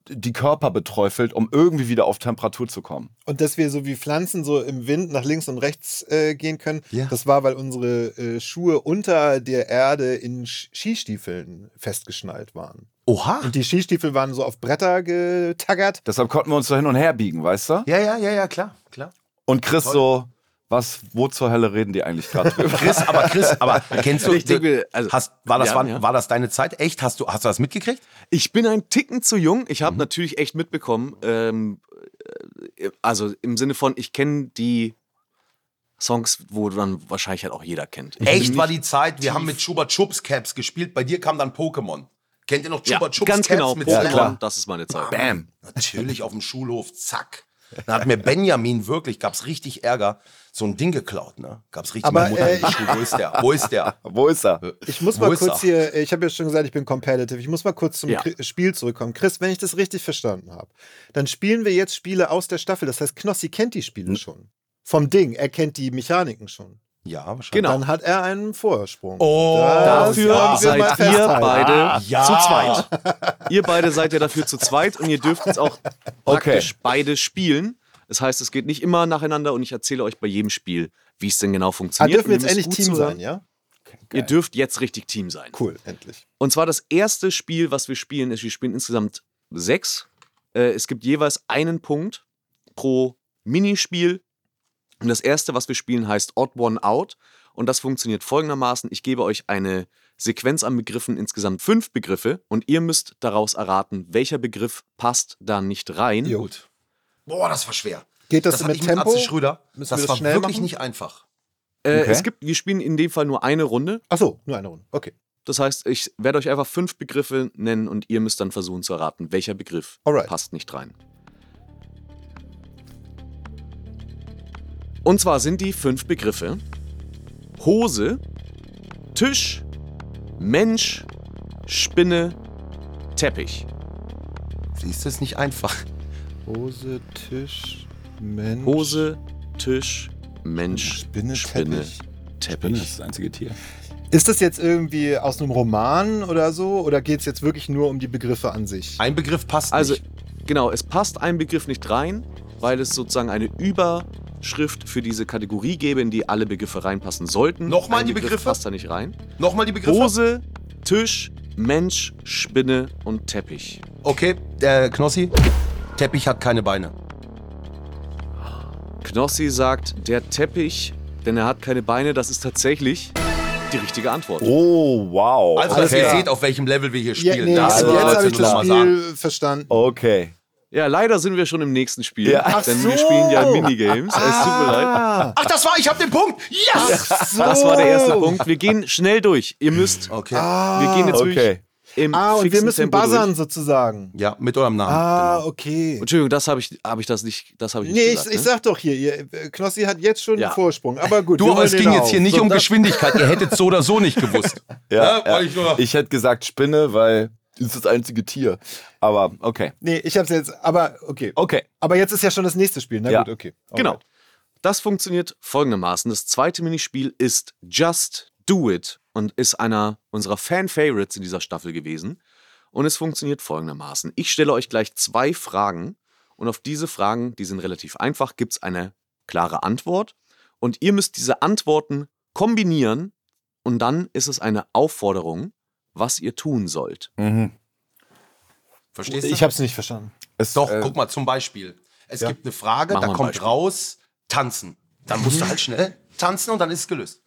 S4: die Körper beträufelt, um irgendwie wieder auf Temperatur zu kommen.
S5: Und dass wir so wie Pflanzen so im Wind nach links und rechts äh, gehen können, das war, weil unsere äh, Schuhe unter der Erde in Sch Skistiefeln festgeschnallt waren.
S3: Oha.
S5: Und die Skistiefel waren so auf Bretter getaggert.
S4: Deshalb konnten wir uns so hin und her biegen, weißt du?
S3: Ja, ja, ja, ja, klar, klar.
S4: Und Chris so, was, wo zur Hölle reden die eigentlich gerade drüber?
S3: Chris, aber Chris, aber kennst du,
S2: Ich denke, also-
S3: hast, war, das,
S2: Ja,
S3: war,
S2: ja.
S3: war das deine Zeit? Echt? Hast du, hast du das mitgekriegt? Mhm.
S2: Ich bin ein Ticken zu jung. Ich habe natürlich echt mitbekommen, ähm, äh, also im Sinne von, ich kenne die Songs, wo dann wahrscheinlich halt auch jeder kennt. Ich bin
S3: Echt war
S2: nicht-
S3: die Zeit, wir haben mit Schubert Chups Caps gespielt, bei dir kam dann Pokémon. Kennt ihr noch
S2: ja,
S3: Schubert Chups
S2: ganz
S3: Caps
S2: genau.
S3: mit
S2: Pokémon,
S3: Slam?
S2: das ist meine Zeit.
S3: Bam. Natürlich auf dem Schulhof, zack. Dann hat mir Benjamin wirklich, gab's richtig Ärger, so ein Ding geklaut, ne? Gab's richtig
S5: Aber,
S3: meine Mutter
S5: äh,
S3: im Schuh, wo ist der? Wo ist der?
S4: wo ist er?
S5: Ich muss
S3: Wo
S5: mal
S3: ist
S5: kurz
S3: er?
S5: hier, äh, ich habe ja schon gesagt, ich bin competitive. Ich muss mal kurz zum
S2: Ja.
S5: Kri- Spiel zurückkommen. Chris, wenn ich das richtig verstanden habe, dann spielen wir
S2: Hm.
S5: jetzt Spiele aus der Staffel. Das heißt, Knossi kennt die Spiele schon. Vom Ding, er kennt die Mechaniken schon.
S3: Ja, wahrscheinlich.
S2: Genau.
S5: Dann hat er einen Vorsprung.
S3: Oh,
S5: Das
S2: Dafür
S5: können wir mal Ah,
S2: seid ihr
S5: festhalten.
S2: beide
S3: Ja.
S2: zu zweit. Ihr beide seid ja dafür zu zweit und ihr dürft jetzt auch praktisch beide spielen. Das heißt, es geht nicht immer nacheinander und ich erzähle euch bei jedem Spiel, wie es denn genau
S5: Ah,
S2: funktioniert.
S5: dürfen wir
S2: Und
S5: jetzt
S2: ihr müsst
S5: endlich
S2: gut
S5: Team
S2: zuhören.
S5: sein, ja?
S2: Ihr dürft jetzt richtig Team sein.
S5: Cool, endlich.
S2: Und zwar das erste Spiel, was wir spielen, ist, wir spielen insgesamt sechs. Äh, es gibt jeweils einen Punkt pro Minispiel. Und das erste, was wir spielen, heißt Odd One Out. Und das funktioniert folgendermaßen. Ich gebe euch eine Sequenz an Begriffen, insgesamt fünf Begriffe. Und ihr müsst daraus erraten, welcher Begriff passt da nicht rein.
S3: Gut. Boah, das war schwer.
S5: Geht das,
S3: hatte
S5: mit
S3: ich
S5: Tempo?
S3: Atze Schröder.
S5: Müssen
S3: das
S5: wir das
S3: war
S5: schnell
S3: wirklich
S5: machen?
S3: nicht einfach.
S2: Äh,
S4: Okay.
S2: Es gibt, wir spielen in dem Fall nur eine Runde.
S5: Achso, nur eine Runde. Okay,
S2: Das heißt, ich werde euch einfach fünf Begriffe nennen und ihr müsst dann versuchen zu erraten, welcher Begriff
S5: Alright.
S2: passt nicht rein. Und zwar sind die fünf Begriffe Hose, Tisch, Mensch, Spinne, Teppich.
S3: Siehst du, ist nicht einfach.
S5: Hose, Tisch, Mensch.
S2: Hose, Tisch, Mensch,
S5: Spinne,
S2: Spinne,
S5: Teppich.
S4: Das
S2: Teppich.
S4: ist das einzige Tier.
S5: Ist das jetzt irgendwie aus einem Roman oder so? Oder geht es jetzt wirklich nur um die Begriffe an sich?
S3: Ein Begriff passt
S2: Also,
S3: nicht.
S2: genau, es passt ein Begriff nicht rein, weil es sozusagen eine Überschrift für diese Kategorie gäbe, in die alle Begriffe reinpassen sollten.
S3: Nochmal
S2: ein
S3: die
S2: Begriff
S3: Begriffe?
S2: passt da nicht rein.
S3: Nochmal die Begriffe.
S2: Hose, Tisch, Mensch, Spinne und Teppich.
S3: Okay, der Knossi. Teppich hat keine Beine.
S2: Knossi sagt, der Teppich, denn er hat keine Beine, das ist tatsächlich die richtige Antwort.
S4: Oh, wow.
S3: Also, dass ihr seht, auf welchem Level wir hier
S5: Ja,
S3: spielen.
S5: nee,
S3: Das
S5: jetzt
S4: also
S3: wollte
S5: habe
S3: nur
S5: ich das
S3: noch mal
S5: Spiel
S3: sagen. Oh,
S5: verstanden.
S4: Okay.
S2: Ja, leider sind wir schon im nächsten Spiel,
S4: Ja.
S5: Ach
S2: denn
S5: so.
S2: wir spielen ja Minigames. Es tut mir leid.
S3: Ach, das war, ich hab den Punkt. Yes!
S2: Das war der erste Punkt. Wir gehen schnell durch. Ihr müsst,
S3: Okay.
S2: wir gehen jetzt
S4: Okay.
S2: wirklich im
S5: Ah, und wir
S2: fixen
S5: müssen
S2: Tempo
S5: buzzern
S2: Durch.
S5: sozusagen.
S3: Ja, genau. mit eurem Namen.
S5: Ah, okay.
S2: Entschuldigung, das habe ich, habe ich das nicht, das habe ich nicht
S5: Nee, ich,
S2: gesagt.
S5: ich
S2: ne?
S5: sag doch hier, ihr, äh, Knossi hat jetzt schon
S2: Ja.
S5: einen Vorsprung. Aber gut,
S3: Du,
S5: wir
S3: aber
S5: holen
S3: es
S5: den
S3: ging
S5: auf.
S3: jetzt hier nicht
S5: So,
S3: um
S5: das-
S3: Geschwindigkeit. Ihr hättet so oder so nicht gewusst.
S4: Ja,
S3: Ne, wollte ich nur-
S4: ich hätte gesagt Spinne, weil das ist das einzige Tier. Aber okay.
S5: Nee, ich hab's jetzt, aber okay.
S4: Okay.
S5: Aber jetzt ist ja schon das nächste Spiel. Na
S4: Ja.
S5: gut, okay.
S2: Genau. Das funktioniert folgendermaßen. Das zweite Minispiel ist Just Do It und ist einer unserer Fan-Favorites in dieser Staffel gewesen. Und es funktioniert folgendermaßen. Ich stelle euch gleich zwei Fragen und auf diese Fragen, die sind relativ einfach, gibt es eine klare Antwort. Und ihr müsst diese Antworten kombinieren und dann ist es eine Aufforderung, was ihr tun sollt.
S3: Verstehst du?
S5: Ich hab's nicht verstanden.
S4: Es,
S3: Doch,
S4: äh,
S3: guck mal, zum Beispiel. Es gibt eine Frage,
S2: Machen wir
S3: da
S2: ein
S3: kommt
S2: Beispiel.
S3: raus, tanzen. Dann musst du halt schnell tanzen und dann ist es gelöst.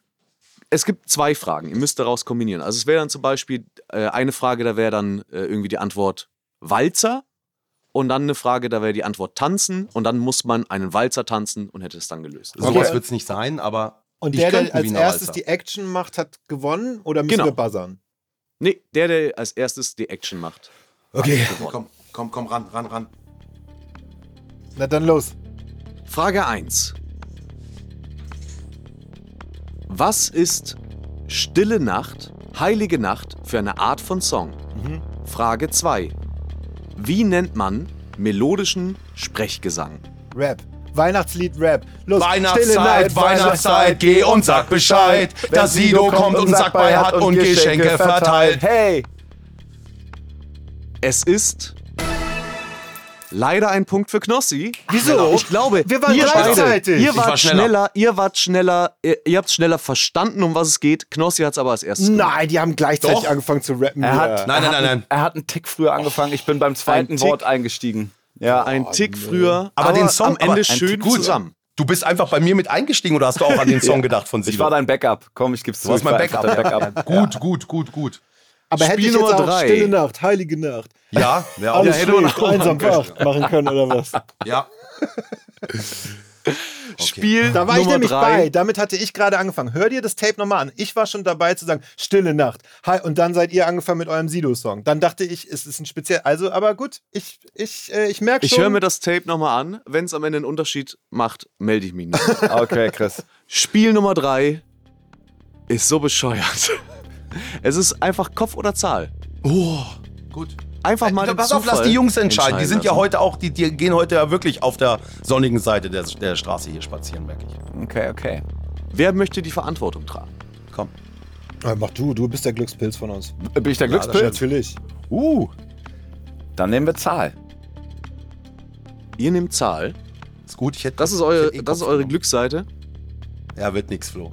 S2: Es gibt zwei Fragen, ihr müsst daraus kombinieren. Also es wäre dann zum Beispiel äh, eine Frage, da wäre dann äh, irgendwie die Antwort Walzer und dann eine Frage, da wäre die Antwort Tanzen und dann muss man einen Walzer tanzen und hätte es dann gelöst.
S5: Okay.
S3: Sowas Also wird's nicht sein, aber
S5: Und
S3: Ich
S5: der,
S3: könnte
S5: der
S3: ein
S5: als
S3: Wiener
S5: erstes
S3: Walzer.
S5: die Action macht, hat gewonnen oder müssen
S2: Genau.
S5: wir buzzern?
S2: Nee, der, der als erstes die Action macht.
S5: Okay.
S3: komm, komm, komm, ran, ran, ran.
S5: Na dann los.
S2: Frage 1. Was ist Stille Nacht, Heilige Nacht für eine Art von Song? Frage 2. Wie nennt man melodischen Sprechgesang?
S5: Rap. Weihnachtslied Rap. Los. Stille
S3: Weihnachtszeit,
S5: Nacht,
S3: Weihnachtszeit, geh und sag Bescheid, dass Sido kommt und sagt, bei hat und Geschenke verteilt.
S4: Hey!
S2: Es ist leider ein Punkt für Knossi. Genau,
S5: Wieso?
S2: Ich glaube,
S5: Wir waren
S2: ihr
S5: gleichzeitig.
S2: Beide, ihr
S3: Ich
S2: wart
S3: war schneller.
S2: schneller. ihr wart schneller, ihr, ihr habt schneller verstanden, um was es geht. Knossi hat es aber als erstes. gemacht.
S5: Nein, die haben gleichzeitig
S3: Doch.
S5: angefangen zu rappen.
S4: Er hat,
S3: Nein,
S4: er
S3: nein,
S4: hat,
S3: nein,
S4: einen-
S3: nein.
S4: Er hat einen Tick früher angefangen. Ich bin beim zweiten
S2: Tick.
S4: Wort eingestiegen. Ja.
S2: Ein
S3: Oh,
S2: Tick früher,
S3: Aber, den Song
S2: am Ende
S3: aber,
S2: schön
S3: gut.
S2: zusammen.
S3: Du bist einfach bei mir mit eingestiegen oder hast du auch an den Song gedacht von Sido?
S4: ich war dein Backup. Komm, ich gib's zu.
S3: du warst
S4: ich war
S3: mein
S4: einfach
S3: Backup.
S4: dein
S3: Ja. Gut, gut, gut, gut.
S5: Aber hätte
S2: Spiel
S5: ich jetzt
S2: Nummer
S5: auch
S2: drei.
S5: Stille Nacht, Heilige Nacht,
S3: Ja, ja,
S5: alles
S3: ja,
S5: schläft, einsam wach machen können oder was?
S3: ja.
S2: Spiel
S5: Da war ich
S2: Nummer
S5: nämlich bei.
S2: drei.
S5: Damit hatte ich gerade angefangen. Hör dir das Tape nochmal an. Ich war schon dabei zu sagen, Stille Nacht. Hi, und dann seid ihr angefangen mit eurem Sido-Song. Dann dachte ich, es ist ein speziell. Also, aber gut, ich, ich, äh, ich merke
S2: Ich
S5: schon.
S2: höre mir das Tape nochmal an. Wenn es am Ende einen Unterschied macht, melde ich mich nicht.
S4: Backup. Okay, Chris.
S2: Spiel Nummer drei ist so bescheuert. Es ist einfach Kopf oder Zahl.
S3: Oh, Gut. Äh,
S2: Einfach mal den
S3: Pass auf, lass
S2: Zufall
S3: die Jungs entscheiden. Die
S2: entscheiden
S3: sind ja
S2: lassen.
S3: heute auch, die, die gehen heute ja wirklich auf der sonnigen Seite der, der Straße hier spazieren, merke ich.
S4: Okay, okay.
S2: Wer möchte die Verantwortung tragen? Komm.
S5: Ja, mach du, du bist der Glückspilz von uns.
S4: Bin ich der
S5: Ja, das-
S4: Glückspilz?
S5: Natürlich.
S4: Uh, dann nehmen wir Zahl.
S2: Ihr nehmt Zahl.
S3: Ist gut, ich hätte.
S2: Das ist
S3: ich
S2: eure,
S3: hätte eh
S2: das ist
S3: Kopf
S2: eure
S3: genommen.
S2: Glücksseite.
S3: Ja, wird nix, Flo.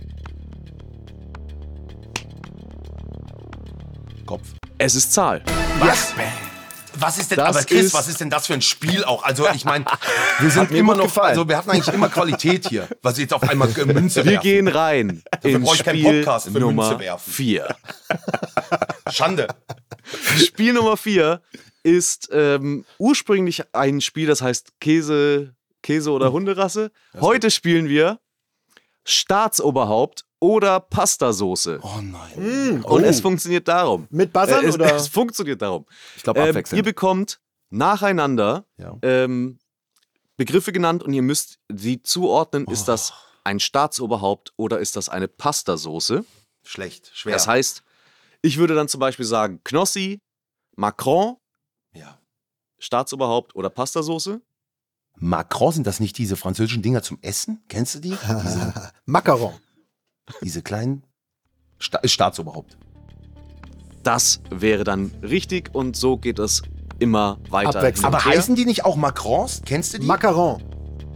S3: Kopf.
S2: Es ist Zahl.
S3: Was? Was ist denn,
S2: Das
S3: aber Chris,
S2: ist-
S3: was ist denn das für ein Spiel auch? Also ich meine, wir sind immer noch, also wir hatten eigentlich immer Qualität hier, was jetzt auf einmal äh, Münze
S2: Wir
S3: werfen.
S2: gehen rein in
S3: brauche ich keinen
S2: Spiel
S3: Podcast für Münze
S2: Nummer
S3: werfen.
S2: 4.
S3: Schande.
S2: Spiel Nummer 4 ist ähm, ursprünglich ein Spiel, das heißt Käse, Käse oder Hunderasse. Heute spielen wir Staatsoberhaupt oder Pastasoße.
S3: Oh nein.
S2: Und es funktioniert darum.
S5: Hm, Mit Buzzern
S2: Äh, es,
S5: oder?
S2: es funktioniert darum.
S4: Ich glaube,
S2: Ähm,
S4: abwechselnd.
S2: ihr bekommt nacheinander
S3: Ja.
S2: ähm, Begriffe genannt und ihr müsst sie zuordnen. Ist das
S3: Oh.
S2: ein Staatsoberhaupt oder ist das eine Pastasoße?
S3: Schlecht, schwer.
S2: Das heißt, ich würde dann zum Beispiel sagen Knossi, Macron,
S3: ja.
S2: Staatsoberhaupt oder Pastasoße.
S3: Macron, sind das nicht diese französischen Dinger zum Essen? Kennst du die? Diese,
S5: Macaron.
S3: diese kleinen Sta Staatsoberhaupt.
S2: Das wäre dann richtig und so geht es immer weiter.
S5: Abwechselnd.
S3: Aber
S2: her.
S3: heißen die nicht auch Macrons? Kennst du die?
S5: Macaron.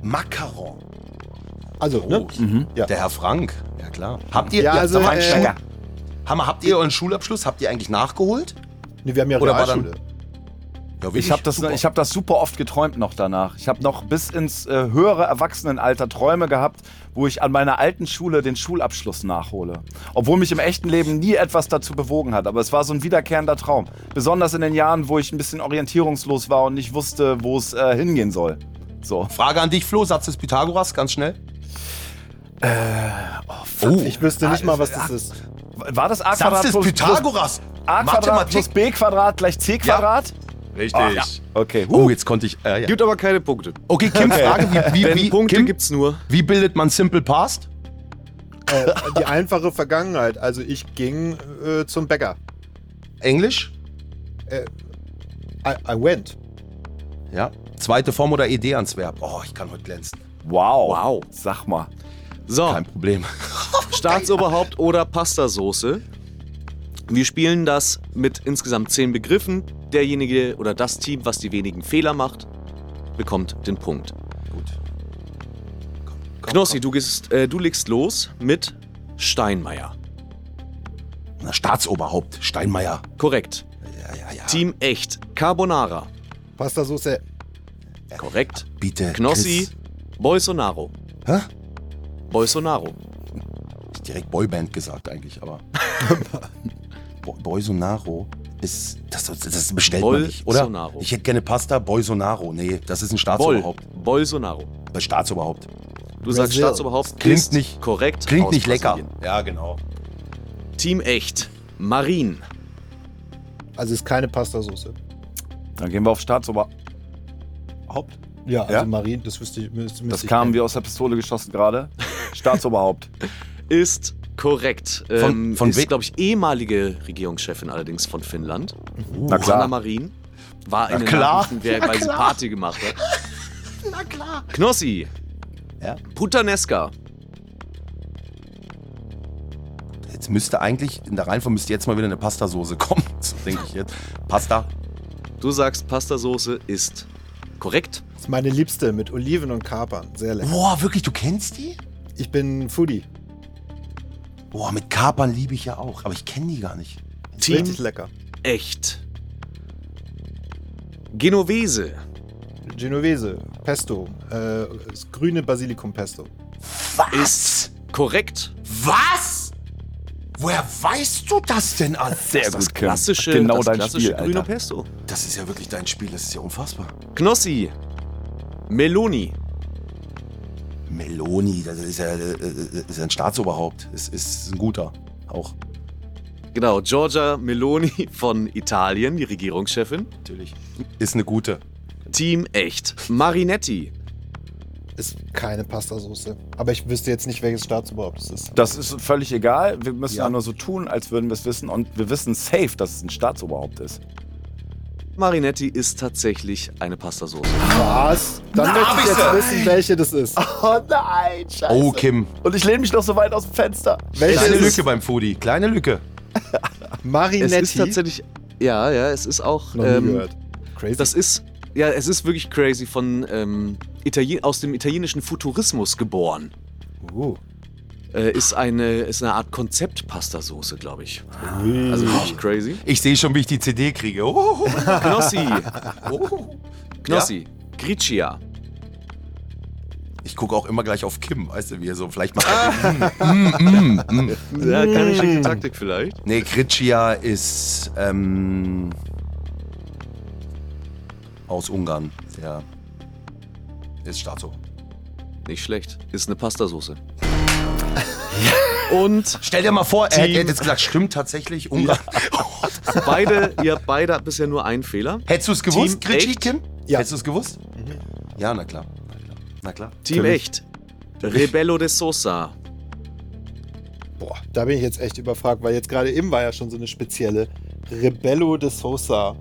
S3: Macaron.
S5: Also, ne?
S3: Oh,
S5: Ja.
S3: Der Herr Frank. Ja, klar. Habt ihr,
S5: Ja, also,
S3: sag mal,
S5: äh,
S3: Stecker. Hammer, habt ihr euren Schulabschluss? Habt ihr eigentlich nachgeholt?
S5: Nee, wir haben ja
S3: Oder war
S5: Realschule.
S3: Ja,
S4: Ich habe das, ich hab das super oft geträumt noch danach. Ich habe noch bis ins äh, höhere Erwachsenenalter Träume gehabt, wo ich an meiner alten Schule den Schulabschluss nachhole. Obwohl mich im echten Leben nie etwas dazu bewogen hat, aber es war so ein wiederkehrender Traum. Besonders in den Jahren, wo ich ein bisschen orientierungslos war und nicht wusste, wo es äh, hingehen soll. So.
S3: Frage an dich, Flo, Satz des Pythagoras, ganz schnell. Oh.
S5: Ich wüsste
S4: Ah,
S5: nicht mal, was das ist.
S4: War das A
S3: Satz
S4: Quadrat
S3: des
S4: plus, plus
S3: Pythagoras.
S4: A Quadrat plus B Quadrat gleich C Quadrat?
S3: Richtig.
S4: Okay.
S3: Oh, jetzt konnte ich. Äh, ja.
S2: Gibt aber keine Punkte.
S3: Okay, Kim, Frage, wie,
S2: Denn
S3: wie, wie,
S2: Punkte
S3: Kim,
S2: gibt's nur.
S3: wie bildet man Simple Past?
S5: Äh, die einfache Vergangenheit. Also, ich ging äh, zum Bäcker.
S3: Englisch?
S5: I, I went.
S3: Ja. Zweite Form oder Idee ans Verb? Oh, ich kann heute glänzen.
S4: Wow.
S2: Wow.
S4: Sag mal.
S2: So,
S3: Kein Problem.
S2: Staatsoberhaupt oder Pastasoße. Wir spielen das mit insgesamt zehn Begriffen. Derjenige oder das Team, was die wenigen Fehler macht, bekommt den Punkt.
S3: Gut. Komm, komm,
S2: Knossi, du, gehst, äh, du legst los mit Steinmeier.
S3: komm. Na, Staatsoberhaupt, Steinmeier.
S2: Korrekt.
S3: Ja, ja, ja.
S2: Team Echt. Carbonara.
S5: Pastasoße.
S2: Korrekt.
S3: Bitte.
S2: Knossi. Bolsonaro.
S3: Hä?
S2: Bolsonaro.
S3: Chris. Direkt Boyband gesagt eigentlich, aber. Bo Boisonaro ist. Das, das bestellt man nicht, oder?
S2: Bolsonaro.
S3: Ich hätte gerne Pasta Boisonaro. Nee, das ist ein
S2: Bol.
S3: Staatsoberhaupt.
S2: Bolsonaro.
S3: Äh, Staatsoberhaupt.
S2: Du sagst
S5: Brasil.
S2: Staatsoberhaupt.
S3: Klingt
S2: ist
S3: nicht-
S2: Korrekt.
S3: Klingt
S2: aus
S3: nicht lecker.
S2: Brasilien.
S3: Ja, genau.
S2: Team Echt. Marin.
S5: Also, ist keine Pastasoße.
S4: Dann gehen wir auf Staatsober. Haupt.
S5: Ja, also
S4: Ja?
S5: Marien, das wüsste ich. Müsste,
S4: Das
S5: müsste
S4: kam
S5: ich
S4: wie aus der Pistole geschossen gerade. Staatsoberhaupt.
S2: Ist korrekt.
S3: Von-
S2: ähm,
S3: von we-
S2: ist, glaube ich, ehemalige Regierungschefin allerdings von Finnland.
S3: Uh,
S4: Na
S2: Sanna
S4: klar.
S2: Marin war
S3: Na
S2: in den
S3: klar.
S2: Nachrichten, wer-
S3: Na
S2: weil sie
S3: klar.
S2: Party gemacht hat.
S3: Na klar.
S2: Knossi.
S3: Ja?
S2: Putanesca.
S3: Jetzt müsste eigentlich, in der Reihenfolge müsste jetzt mal wieder eine Pastasoße kommen. So denke ich jetzt. Pasta.
S2: Du sagst, Pastasoße ist korrekt.
S5: Das ist meine Liebste mit Oliven und Kapern. Sehr lecker.
S3: Boah, wirklich, du kennst die?
S5: Ich bin Foodie.
S3: Boah, mit Kapern liebe ich ja auch, aber ich kenne die gar nicht.
S2: Team
S5: Richtig lecker.
S2: Echt. Genovese.
S5: Genovese, Pesto, äh, das grüne Basilikum-Pesto.
S2: Ist korrekt.
S3: Was? Woher weißt du das denn alles?
S4: Sehr
S2: Das
S4: Kim.
S2: klassische,
S4: Genau
S2: das
S4: dein
S2: klassische
S4: Spiel,
S2: grüne
S4: Alter.
S2: Pesto.
S3: Das ist ja wirklich dein Spiel, das ist ja unfassbar.
S2: Knossi. Meloni.
S3: Meloni, das ist ja, äh, äh, ist ja ein Staatsoberhaupt. Es ist ein guter. Auch,
S2: Genau, Giorgia Meloni von Italien, die Regierungschefin.
S3: natürlich. Ist eine gute.
S2: Team Echt. Marinetti.
S5: Ist keine Pastasoße. Aber ich wüsste jetzt nicht, welches Staatsoberhaupt es ist.
S4: Das ist völlig egal. Wir müssen
S3: Ja.
S4: ja nur so tun, als würden wir es wissen. Und wir wissen safe, dass es ein Staatsoberhaupt ist.
S2: Marinetti ist tatsächlich eine Pastasauce.
S5: Was? Dann
S8: Na,
S5: möchte
S8: hab
S5: ich
S8: ich
S5: jetzt
S8: sie.
S5: wissen, welche das ist.
S4: Oh nein, scheiße.
S3: Oh, Kim.
S4: Und ich lehne mich noch so weit aus dem Fenster.
S5: Welche
S3: Kleine
S5: ist
S3: Lücke beim Foodie. Kleine Lücke.
S2: Es ist
S5: Marinetti?
S2: tatsächlich, ja, ja, es ist auch,
S5: Noch nie
S2: ähm,
S5: gehört. Crazy.
S2: das ist, ja, es ist wirklich crazy, von, ähm, Italien, aus dem italienischen Futurismus geboren.
S5: Uh.
S2: Äh, ist, eine, ist eine Art Konzept-Pastasoße, glaube ich. Also wirklich crazy.
S3: Ich sehe schon, wie ich die CD kriege. Oh,
S2: Knossi,
S3: oh.
S2: Knossi, Griccia.
S3: Ich gucke auch immer gleich auf Kim, weißt du, wie er so vielleicht macht. er mm, mm, mm, mm.
S2: Ja, keine schlechte Taktik vielleicht.
S3: Nee, Kritschia ist ähm, aus Ungarn. Ja. Ist Staatsober.
S2: Nicht schlecht. Ist eine Pastasoße. Und
S3: Stell dir mal vor, er hätte- er hätte jetzt gesagt, stimmt tatsächlich, Ungarn.
S2: beide, ihr habt beide bisher nur einen Fehler.
S3: Hättest du es
S2: Team
S3: gewusst, Kritschi,
S2: echt?
S3: Kim?
S5: Ja.
S3: Hättest du es gewusst? Ja, na klar. Na klar. Na klar.
S2: Team echt. Rebello de Sosa.
S5: Boah, da bin ich jetzt echt überfragt, weil jetzt gerade eben war ja schon so eine spezielle Rebello de Sosa.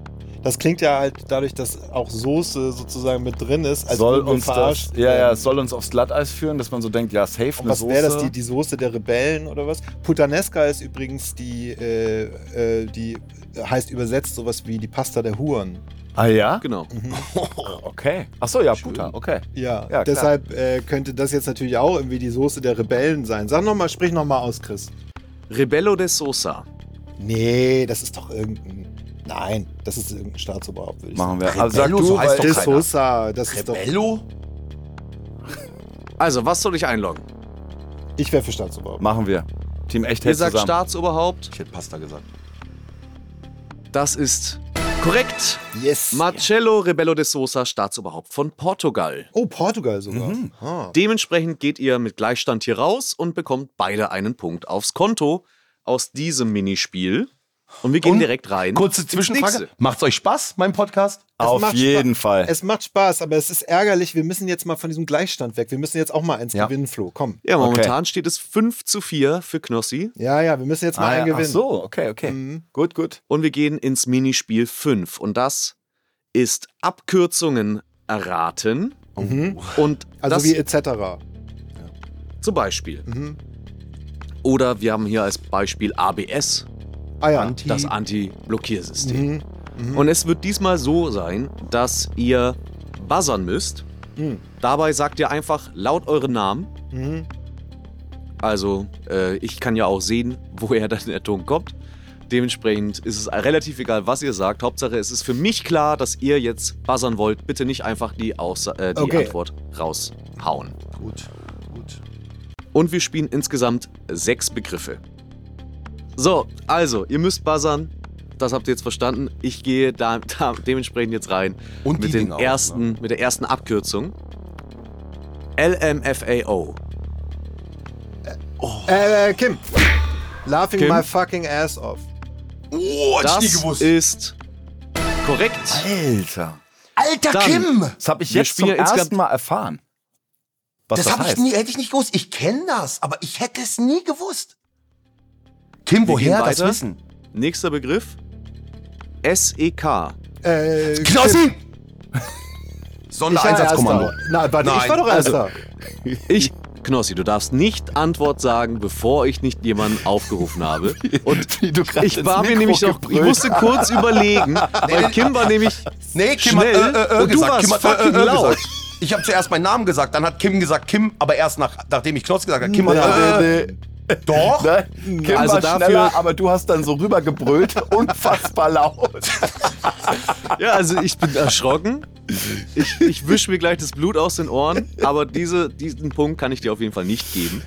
S5: Das klingt ja halt dadurch, dass auch Soße sozusagen mit drin ist, als
S4: soll
S5: würden wir
S4: uns das,
S5: verarscht
S4: ja, ja,
S5: werden.
S4: es soll uns aufs Glatteis führen, dass man so denkt, ja, safe
S5: Und
S4: eine
S5: was
S4: Soße.
S5: wäre das, die, die Soße der Rebellen oder was? Putanesca ist übrigens die, äh, äh, die heißt übersetzt sowas wie die Pasta der Huren. Mhm.
S4: ah ja?
S2: Genau.
S4: Okay. Achso, ja, Puta, okay.
S5: Ja,
S4: klar.
S5: deshalb äh, könnte das jetzt natürlich auch irgendwie die Soße der Rebellen sein. Sag nochmal, sprich nochmal aus, Chris.
S2: Rebello de Sosa.
S5: Nee, das ist doch irgendein. Nein, das ist irgendein Staatsoberhaupt, würde ich
S4: Machen wir.
S3: Rebello,
S4: Also sag du,
S3: so heißt
S5: sagen.
S4: weil
S3: doch
S5: De
S3: keiner.
S5: Sosa, das ist doch.
S3: Rebello?
S2: Also, was soll ich einloggen?
S5: Ich wäre für Staatsoberhaupt.
S4: machen wir. Team echt
S2: Ihr
S4: hält
S2: sagt
S4: zusammen.
S2: Staatsoberhaupt.
S3: Ich hätte Pasta gesagt.
S2: Das ist korrekt.
S5: Yes.
S2: Marcello Rebello de Sousa, Staatsoberhaupt von Portugal.
S5: oh, Portugal sogar.
S3: Ah.
S5: Ha.
S2: Dementsprechend geht ihr mit Gleichstand hier raus und bekommt beide einen Punkt aufs Konto aus diesem Minispiel. Und wir gehen
S3: Und
S2: direkt rein.
S3: Kurze
S2: ins
S3: Zwischenfrage.
S2: nächste.
S3: Macht's euch Spaß, mein Podcast?
S4: Auf
S5: macht
S4: jeden Fall.
S5: Es macht Spaß, aber es ist ärgerlich. Wir müssen jetzt mal von diesem Gleichstand weg. Wir müssen jetzt auch mal eins
S3: Ja.
S5: gewinnen, Flo. Komm.
S2: Ja, momentan steht es 5 zu 4 für Knossi.
S5: Ja, ja, wir müssen jetzt mal
S4: Ah,
S5: einen
S4: ja, ach
S5: gewinnen. Mhm.
S4: so, okay, okay. Gut, gut.
S2: Und wir gehen ins Minispiel 5. Und das ist Abkürzungen erraten.
S5: Mhm.
S2: Und
S5: Also
S2: das
S5: wie etc.
S2: zum Beispiel.
S5: Mhm.
S2: Oder wir haben hier als Beispiel ABS,
S5: Ah ja.
S3: Anti-
S2: das Anti-Blockiersystem.
S5: Mhm.
S2: Und es wird diesmal so sein, dass ihr buzzern müsst.
S5: Mhm.
S2: Dabei sagt ihr einfach laut euren Namen.
S5: Mhm.
S2: Also äh, ich kann ja auch sehen, woher dann der Ton kommt. Dementsprechend ist es relativ egal, was ihr sagt. Hauptsache, es ist für mich klar, dass ihr jetzt buzzern wollt. Bitte nicht einfach die, Aussa äh, die
S5: Okay.
S2: Antwort raushauen.
S3: Gut, gut.
S2: Und wir spielen insgesamt sechs Begriffe. So, also, ihr müsst buzzern. Das habt ihr jetzt verstanden. Ich gehe da, da dementsprechend jetzt rein
S3: Und
S2: mit,
S3: die
S2: den
S3: Dinger auch, ne?
S2: ersten, mit der ersten Abkürzung. LMFAO.
S5: Äh, äh, Kim. Laughing
S2: Kim?
S5: my fucking ass off.
S3: Oh, hätte ich nie
S2: Das
S3: gewusst.
S2: ist korrekt.
S4: Alter.
S3: Alter
S2: Dann-
S3: Kim!
S4: Das habe ich
S2: Wir
S4: jetzt zum
S2: spielen
S4: ersten
S2: insgesamt-
S4: Mal erfahren. Was
S3: Das,
S4: das,
S3: hab ich
S4: heißt.
S3: nie, hätte ich nicht gewusst. Ich kenne das, aber ich hätte es nie gewusst.
S2: Wir
S3: Kim,
S2: gehen
S3: woher das
S2: weiter.
S3: Wissen?
S2: Nächster Begriff. E SEK.
S5: Äh,
S3: Knossi!
S5: Ich war
S3: Sondereinsatzkommando.
S5: Erster. Nein, warte, ich
S3: Nein,
S5: war doch
S2: also-
S5: Erster.
S2: Ich, Knossi, du darfst nicht Antwort sagen, bevor ich nicht jemanden aufgerufen habe. Und ich war mir nämlich noch, ich musste kurz überlegen, weil Kim war nämlich,
S3: Nee, Kim hat äh,
S2: Schnell.
S3: äh, äh,
S2: Und du
S3: gesagt.
S2: warst
S3: Kim hat
S2: fucking
S3: äh, äh,
S2: laut.
S3: gesagt. Ich habe zuerst meinen Namen gesagt, dann hat Kim gesagt Kim, aber erst nach, nachdem ich Knoss gesagt habe. Kim hat äh,
S4: Nee, nee,
S3: doch.
S4: ne? Kim
S2: Also
S4: war
S2: dafür-
S4: schneller, aber du hast dann so rübergebrüllt. Unfassbar laut.
S2: ja, also ich bin erschrocken. Ich, ich wische mir gleich das Blut aus den Ohren, aber diese, diesen Punkt kann ich dir auf jeden Fall nicht geben.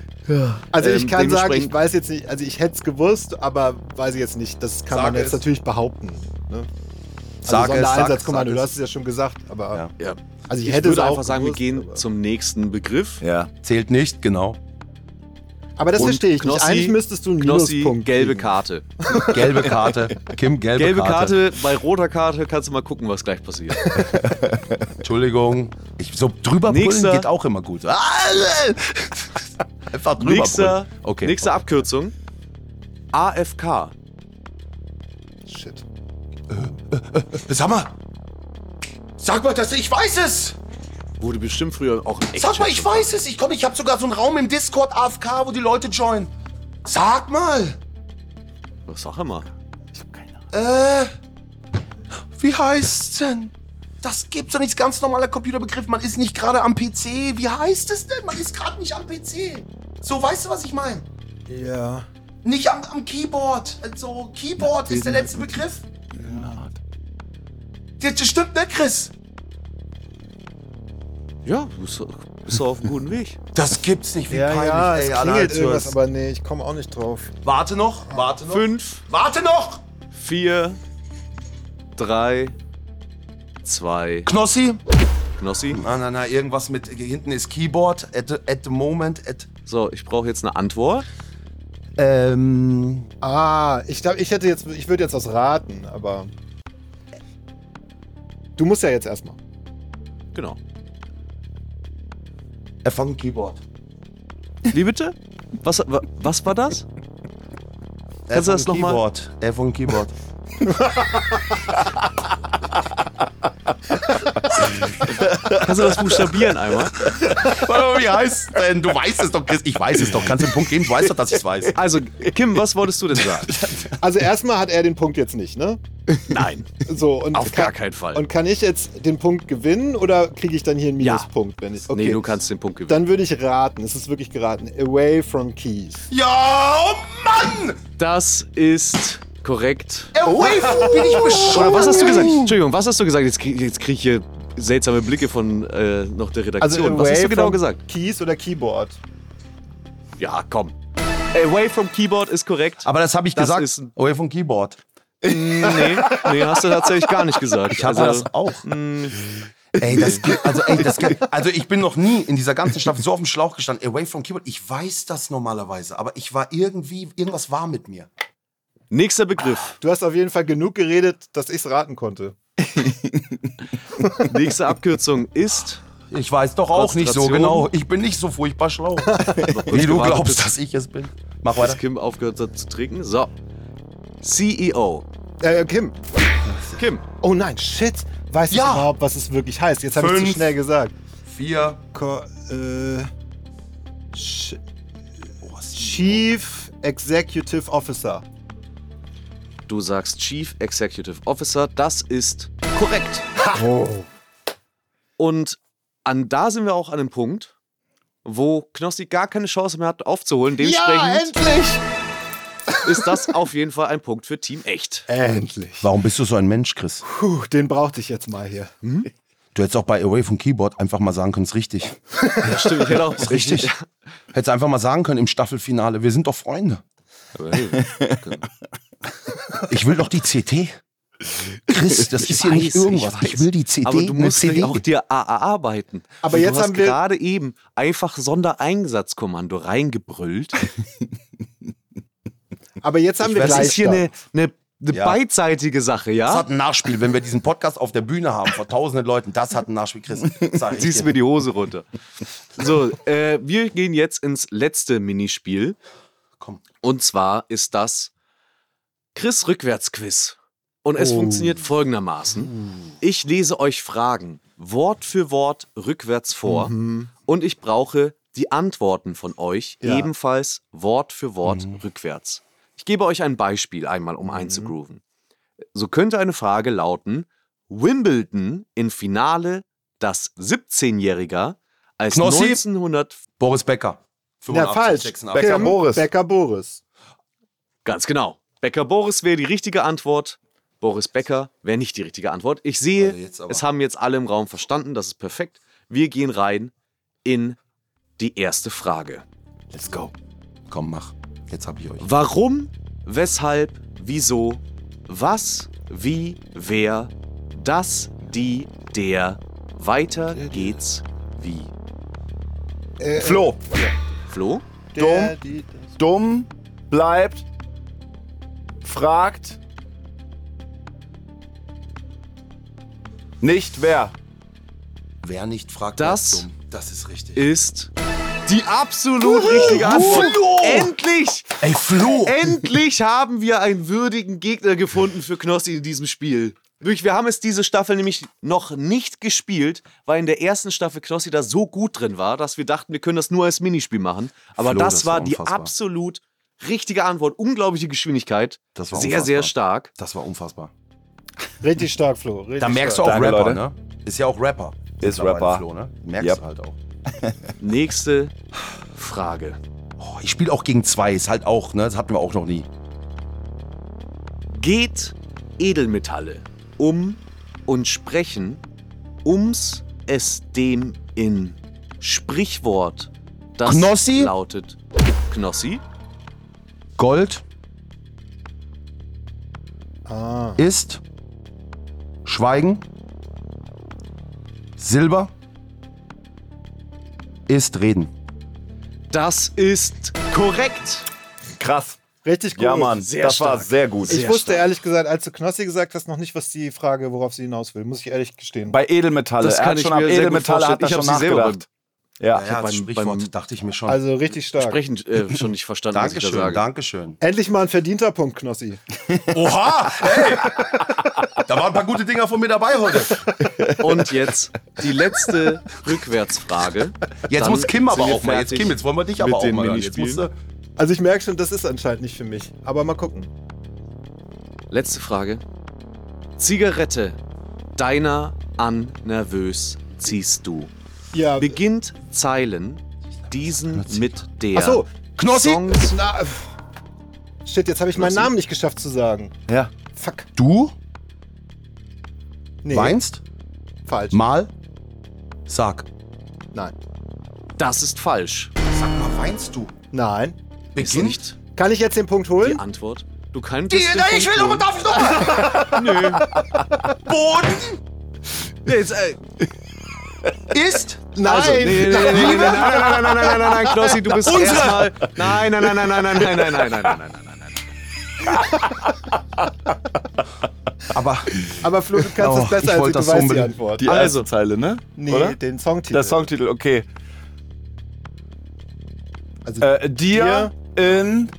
S5: Also ich
S2: Ähm,
S5: kann sagen, ich
S2: dementsprechend-
S5: weiß jetzt nicht, also ich hätte es gewusst, aber weiß ich jetzt nicht. Das kann
S3: Sag
S5: man jetzt
S3: es.
S5: natürlich behaupten. Ne? Also
S3: Sag es, sag es,
S5: Sondereinsatzkommando,
S3: sag
S5: du
S3: es.
S5: hast es ja schon gesagt, aber
S3: Ja.
S2: Ja.
S5: also ich,
S2: Ich
S5: hätte es
S2: würde
S5: auch
S2: einfach sagen, wir
S5: gewusst,
S2: gehen
S5: aber,
S2: zum nächsten Begriff.
S4: Ja.
S3: Zählt nicht, genau.
S5: aber das
S2: Und
S5: verstehe ich
S2: Knossi-
S5: nicht. Eigentlich müsstest du einen
S2: Knossi,
S5: Minuspunkt
S2: gelbe
S5: kriegen.
S2: Karte.
S3: Gelbe Karte. Kim, gelbe,
S2: Gelbe
S3: Karte.
S2: Karte, bei roter Karte kannst du mal gucken, was gleich passiert.
S3: Entschuldigung. Ich, so drüber
S2: Nächster.
S3: brüllen geht auch immer gut. Ah, äh. Einfach drüber
S2: Nächster,
S3: brüllen. Okay.
S2: nächste Abkürzung. AFK.
S5: Shit.
S8: äh, sag mal. Sag mal, dass ich weiß es.
S2: Wurde bestimmt früher auch ein
S8: Sag mal, ich weiß es. Ich komm, ich habe sogar so einen Raum im Discord AFK, wo die Leute joinen. Sag mal.
S2: Sag mal.
S8: Äh. Wie heißt's denn? Das gibt's doch nicht. Ganz normaler Computerbegriff. Man ist nicht gerade am PC. Wie heißt es denn? Man ist gerade nicht am PC. So, weißt du, was ich meine?
S5: Ja.
S8: Nicht am, am Keyboard. Also, Keyboard ist der letzte Begriff. Das das stimmt, ne, Chris?
S2: Ja, bist du bist du auf einem guten Weg.
S8: Das gibt's nicht. Wie
S5: Ja,
S8: peinlich.
S5: Ah ja, es
S8: Ey, alle
S5: klingelt
S8: halt's
S5: irgendwas,
S8: was.
S5: aber nee, ich komme auch nicht drauf.
S8: Warte noch, warte noch.
S2: Fünf,
S8: Warte noch!
S2: vier, drei, zwei.
S8: Knossi?
S2: Knossi.
S3: Na, na, na, irgendwas mit. Hier hinten ist Keyboard. At, the- at the moment. At,
S2: So, ich brauche jetzt eine Antwort.
S3: ähm.
S5: Ah, ich glaube, ich hätte jetzt, ich würde jetzt was raten, aber. Du musst ja jetzt erstmal.
S2: Genau.
S3: Erfang Keyboard.
S2: Wie bitte? Was, wa- was war das? Kannst du das nochmal?
S3: Keyboard. Erfang Keyboard.
S2: Kannst du das buchstabieren einmal?
S3: Warte mal, Oh, wie heißt denn? Du weißt es doch, Chris. Ich weiß es doch. Kannst du den Punkt geben? Du weißt doch, dass ich es weiß.
S2: Also, Kim, was wolltest du denn sagen?
S5: Also erstmal hat er den Punkt jetzt nicht, ne?
S2: Nein,
S5: So, und
S2: auf gar keinen Fall.
S5: Und kann ich jetzt den Punkt gewinnen oder kriege ich dann hier einen
S2: Ja.
S5: Minuspunkt, wenn ich.
S2: Nee, du kannst den Punkt gewinnen.
S5: Dann würde ich raten, es ist wirklich geraten. Away from Keys.
S8: Ja, oh Mann!
S2: Das ist korrekt.
S8: Away from bin ich bescheuert.
S2: Oder was hast du gesagt? Entschuldigung, was hast du gesagt? Jetzt, krieg- jetzt kriege ich hier seltsame Blicke von äh, noch der
S5: Also
S2: Redaktion. was hast du
S5: away
S2: genau
S5: from
S2: gesagt?
S5: Keys oder Keyboard?
S2: Ja, komm. Away from Keyboard ist korrekt.
S3: Aber das habe ich
S2: Das
S3: gesagt.
S2: ist ein-
S3: Away from Keyboard.
S2: nee, nee, hast du tatsächlich gar nicht gesagt. Also,
S3: Ich habe das auch. Ey, das gibt, also, ey, das gibt, also ich bin noch nie in dieser ganzen Staffel so auf dem Schlauch gestanden. Away from Keyboard. Ich weiß das normalerweise, aber ich war irgendwie, irgendwas war mit mir.
S2: Nächster Begriff.
S5: Du hast auf jeden Fall genug geredet, dass ich es raten konnte.
S2: Nächste Abkürzung ist.
S3: Ich weiß doch auch nicht so
S2: Konzentration.
S3: genau. Ich bin nicht so furchtbar schlau. Wie du
S2: gewartet,
S3: glaubst,
S2: bis-
S3: dass ich es bin. Mach
S2: Bis
S3: weiter.
S2: Kim aufgehört hat zu trinken. So. CEO.
S5: Äh, Kim.
S2: Kim.
S5: Oh nein, shit. Weiß ich
S3: Ja.
S5: überhaupt, was es wirklich heißt? Jetzt habe ich zu
S3: Fünf.
S5: schnell gesagt.
S3: Vier.
S5: Ko äh, Sch Chief Executive Officer.
S2: Du sagst Chief Executive Officer. Das ist korrekt.
S5: Oh.
S2: Und an da sind wir auch an einem Punkt, wo Knossi gar keine Chance mehr hat aufzuholen. Dementsprechend
S5: endlich!
S2: ist das auf jeden Fall ein Punkt für Team Echt.
S5: Äh, Endlich.
S3: Warum bist du so ein Mensch, Chris?
S5: Puh, den brauchte ich jetzt mal hier.
S3: Du hättest auch bei Away from Keyboard einfach mal sagen können, es ist richtig.
S2: Ja, stimmt. Ich hätte auch
S3: Richtig. Hättest einfach mal sagen können im Staffelfinale, wir sind doch Freunde. Ich will doch die CT. Chris, das ist hier
S2: weiß,
S3: nicht irgendwas.
S2: ich weiß.
S3: Ich, will die CD.
S2: Aber du
S3: eine
S2: musst
S3: CD.
S2: ja auch dir arbeiten.
S5: Aber
S2: Und
S5: jetzt
S2: du hast
S5: haben wir-
S2: gerade eben einfach Sondereinsatzkommando reingebrüllt.
S5: Aber jetzt haben wir
S2: Das
S5: gleich.
S2: ist hier eine, eine, eine
S3: Ja.
S2: beidseitige Sache,
S3: Das
S2: ja?
S3: hat ein Nachspiel, wenn wir diesen Podcast auf der Bühne haben vor tausenden Leuten. Das hat ein Nachspiel, Chris. Sag ich
S2: Ziehst
S3: dir.
S2: mir die Hose runter. So, äh, wir gehen jetzt ins letzte Minispiel.
S3: Komm.
S2: Und zwar ist das Chris Rückwärtsquiz. Und es funktioniert folgendermaßen. Ich lese euch Fragen Wort für Wort rückwärts vor und ich brauche die Antworten von euch
S5: Ja.
S2: ebenfalls Wort für Wort rückwärts. Ich gebe euch ein Beispiel einmal, um einzugrooven. So könnte eine Frage lauten, Wimbledon im Finale, das 17-Jähriger als
S3: Knossi?
S2: 1900...
S3: Boris Becker.
S5: Ja, falsch.
S3: 86.
S5: Becker
S4: Kim
S5: Boris.
S4: Becker
S5: Becker Boris.
S2: Ganz genau. Becker Boris wäre die richtige Antwort. Boris Becker wäre nicht die richtige Antwort. Ich sehe,
S3: Also jetzt aber.
S2: es haben jetzt alle im Raum verstanden, das ist perfekt. Wir gehen rein in die erste Frage.
S3: Let's go. Komm, mach. Jetzt hab ich euch.
S2: Warum, weshalb, wieso, was, wie, wer, das, die, der, weiter geht's wie.
S4: Flo,
S2: Flo?
S5: Der, die, das.
S4: dumm bleibt, fragt nicht wer.
S3: Wer nicht fragt,
S2: Das-
S3: bleibt dumm. Das ist richtig.
S2: Ist Die absolut richtige Antwort. Endlich!
S3: Ey, Flo!
S2: Endlich haben wir einen würdigen Gegner gefunden für Knossi in diesem Spiel. Wirklich, wir haben es diese Staffel nämlich noch nicht gespielt, weil in der ersten Staffel Knossi da so gut drin war, dass wir dachten, wir können das nur als Minispiel machen. Aber
S3: Flo,
S2: das,
S3: das
S2: war
S3: war
S2: die
S3: unfassbar.
S2: absolut richtige Antwort. Unglaubliche Geschwindigkeit.
S3: Das war
S2: sehr,
S3: unfassbar.
S2: sehr stark.
S3: Das war unfassbar.
S5: Richtig stark, Flo. Richtig
S3: Da merkst du
S5: stark.
S3: auch
S4: Danke,
S3: Rapper,
S4: Leute.
S3: ne? Ist ja auch Rapper.
S4: Ist
S3: Mittlerweile,
S4: Rapper.
S3: Flo, ne? Merkst
S4: Yep.
S3: du halt auch.
S2: Nächste Frage.
S3: Oh, ich spiele auch gegen zwei, ist halt auch, ne? Das hatten wir auch noch nie.
S2: Geht Edelmetalle um und sprechen, ums es dem in Sprichwort, das
S3: Knossi?
S2: lautet Knossi,
S3: Gold
S5: Ah.
S3: ist Schweigen. Silber ist Reden.
S2: das ist korrekt.
S4: Krass.
S5: Richtig gut.
S4: Ja, Mann,
S2: sehr
S4: das war
S2: stark.
S4: sehr gut.
S5: Ich wusste ehrlich gesagt, als du Knossi gesagt hast, noch nicht, was die Frage, worauf sie hinaus will. Muss ich ehrlich gestehen.
S4: Bei Edelmetalle.
S2: Das
S4: er
S2: kann
S4: hat
S2: ich
S4: schon am
S2: mir sehr gut
S4: Edelmetalle hat er
S2: vorstellen.
S4: schon
S2: Ich hab sie selber
S4: nachgedacht. Ja.
S3: Ja,
S2: beim-
S3: das Sprichwort
S2: beim-
S3: dachte ich mir schon.
S5: Also richtig stark.
S2: Sprechen äh, schon nicht verstanden, was ich da
S3: Dankeschön,
S2: sage.
S3: Dankeschön.
S5: Endlich mal ein verdienter Punkt, Knossi.
S3: Oha! Hey! da waren ein paar gute Dinger von mir dabei heute.
S2: Und jetzt die letzte Rückwärtsfrage.
S3: Jetzt
S2: Dann
S3: muss Kim aber
S2: sind wir
S3: auch mal. Jetzt
S2: fertig
S3: Kim, jetzt wollen wir dich aber
S2: mit
S3: auch
S2: den
S3: mal. hören. Jetzt musst
S2: Minispielen.
S3: du,
S5: Also ich merke schon, das ist anscheinend nicht für mich. Aber mal gucken.
S2: Letzte Frage. Zigarette. Deiner an nervös ziehst du.
S5: Ja.
S2: Beginnt Zeilen diesen mit der.
S5: Achso,
S3: Knossi?
S2: Songs
S5: na. pff. Shit, jetzt habe ich meinen
S2: Knossi.
S5: Namen nicht geschafft zu sagen.
S4: Ja.
S5: Fuck.
S3: du
S5: Nee,
S3: weinst,
S5: falsch.
S3: mal, sag.
S5: Nein.
S2: Das ist falsch.
S3: Sag mal, weinst du?
S5: Nein.
S2: Ist
S3: Beginnt?
S2: nicht
S5: Kann ich jetzt den Punkt
S2: die
S5: holen?
S2: Antwort. Du kannst. den Punkt holen.
S3: darf ich noch? Boden
S2: Nee, jetzt, äh,
S3: ist
S5: Nein.
S2: also, nee, nee, nee, nee, nee, nee, nein, nein, nein, nein, nein, nein, nein, nein, Knossi, du bist erstmal. Nein, nein, nein, nein, nein, nein, nein, nein, nein, nein, nein, nein, nein, nein.
S3: Aber
S5: Aber Flo, du kannst
S3: Oh,
S5: es besser
S3: ich
S5: als ich. Du
S3: wollte das
S5: weißt die
S3: unbedingt.
S5: Antwort.
S4: Die
S2: Also.
S4: erste Zeile, ne?
S5: nee,
S4: Oder?
S5: den Songtitel.
S4: Der Songtitel, okay.
S5: Also,
S4: Äh, dir in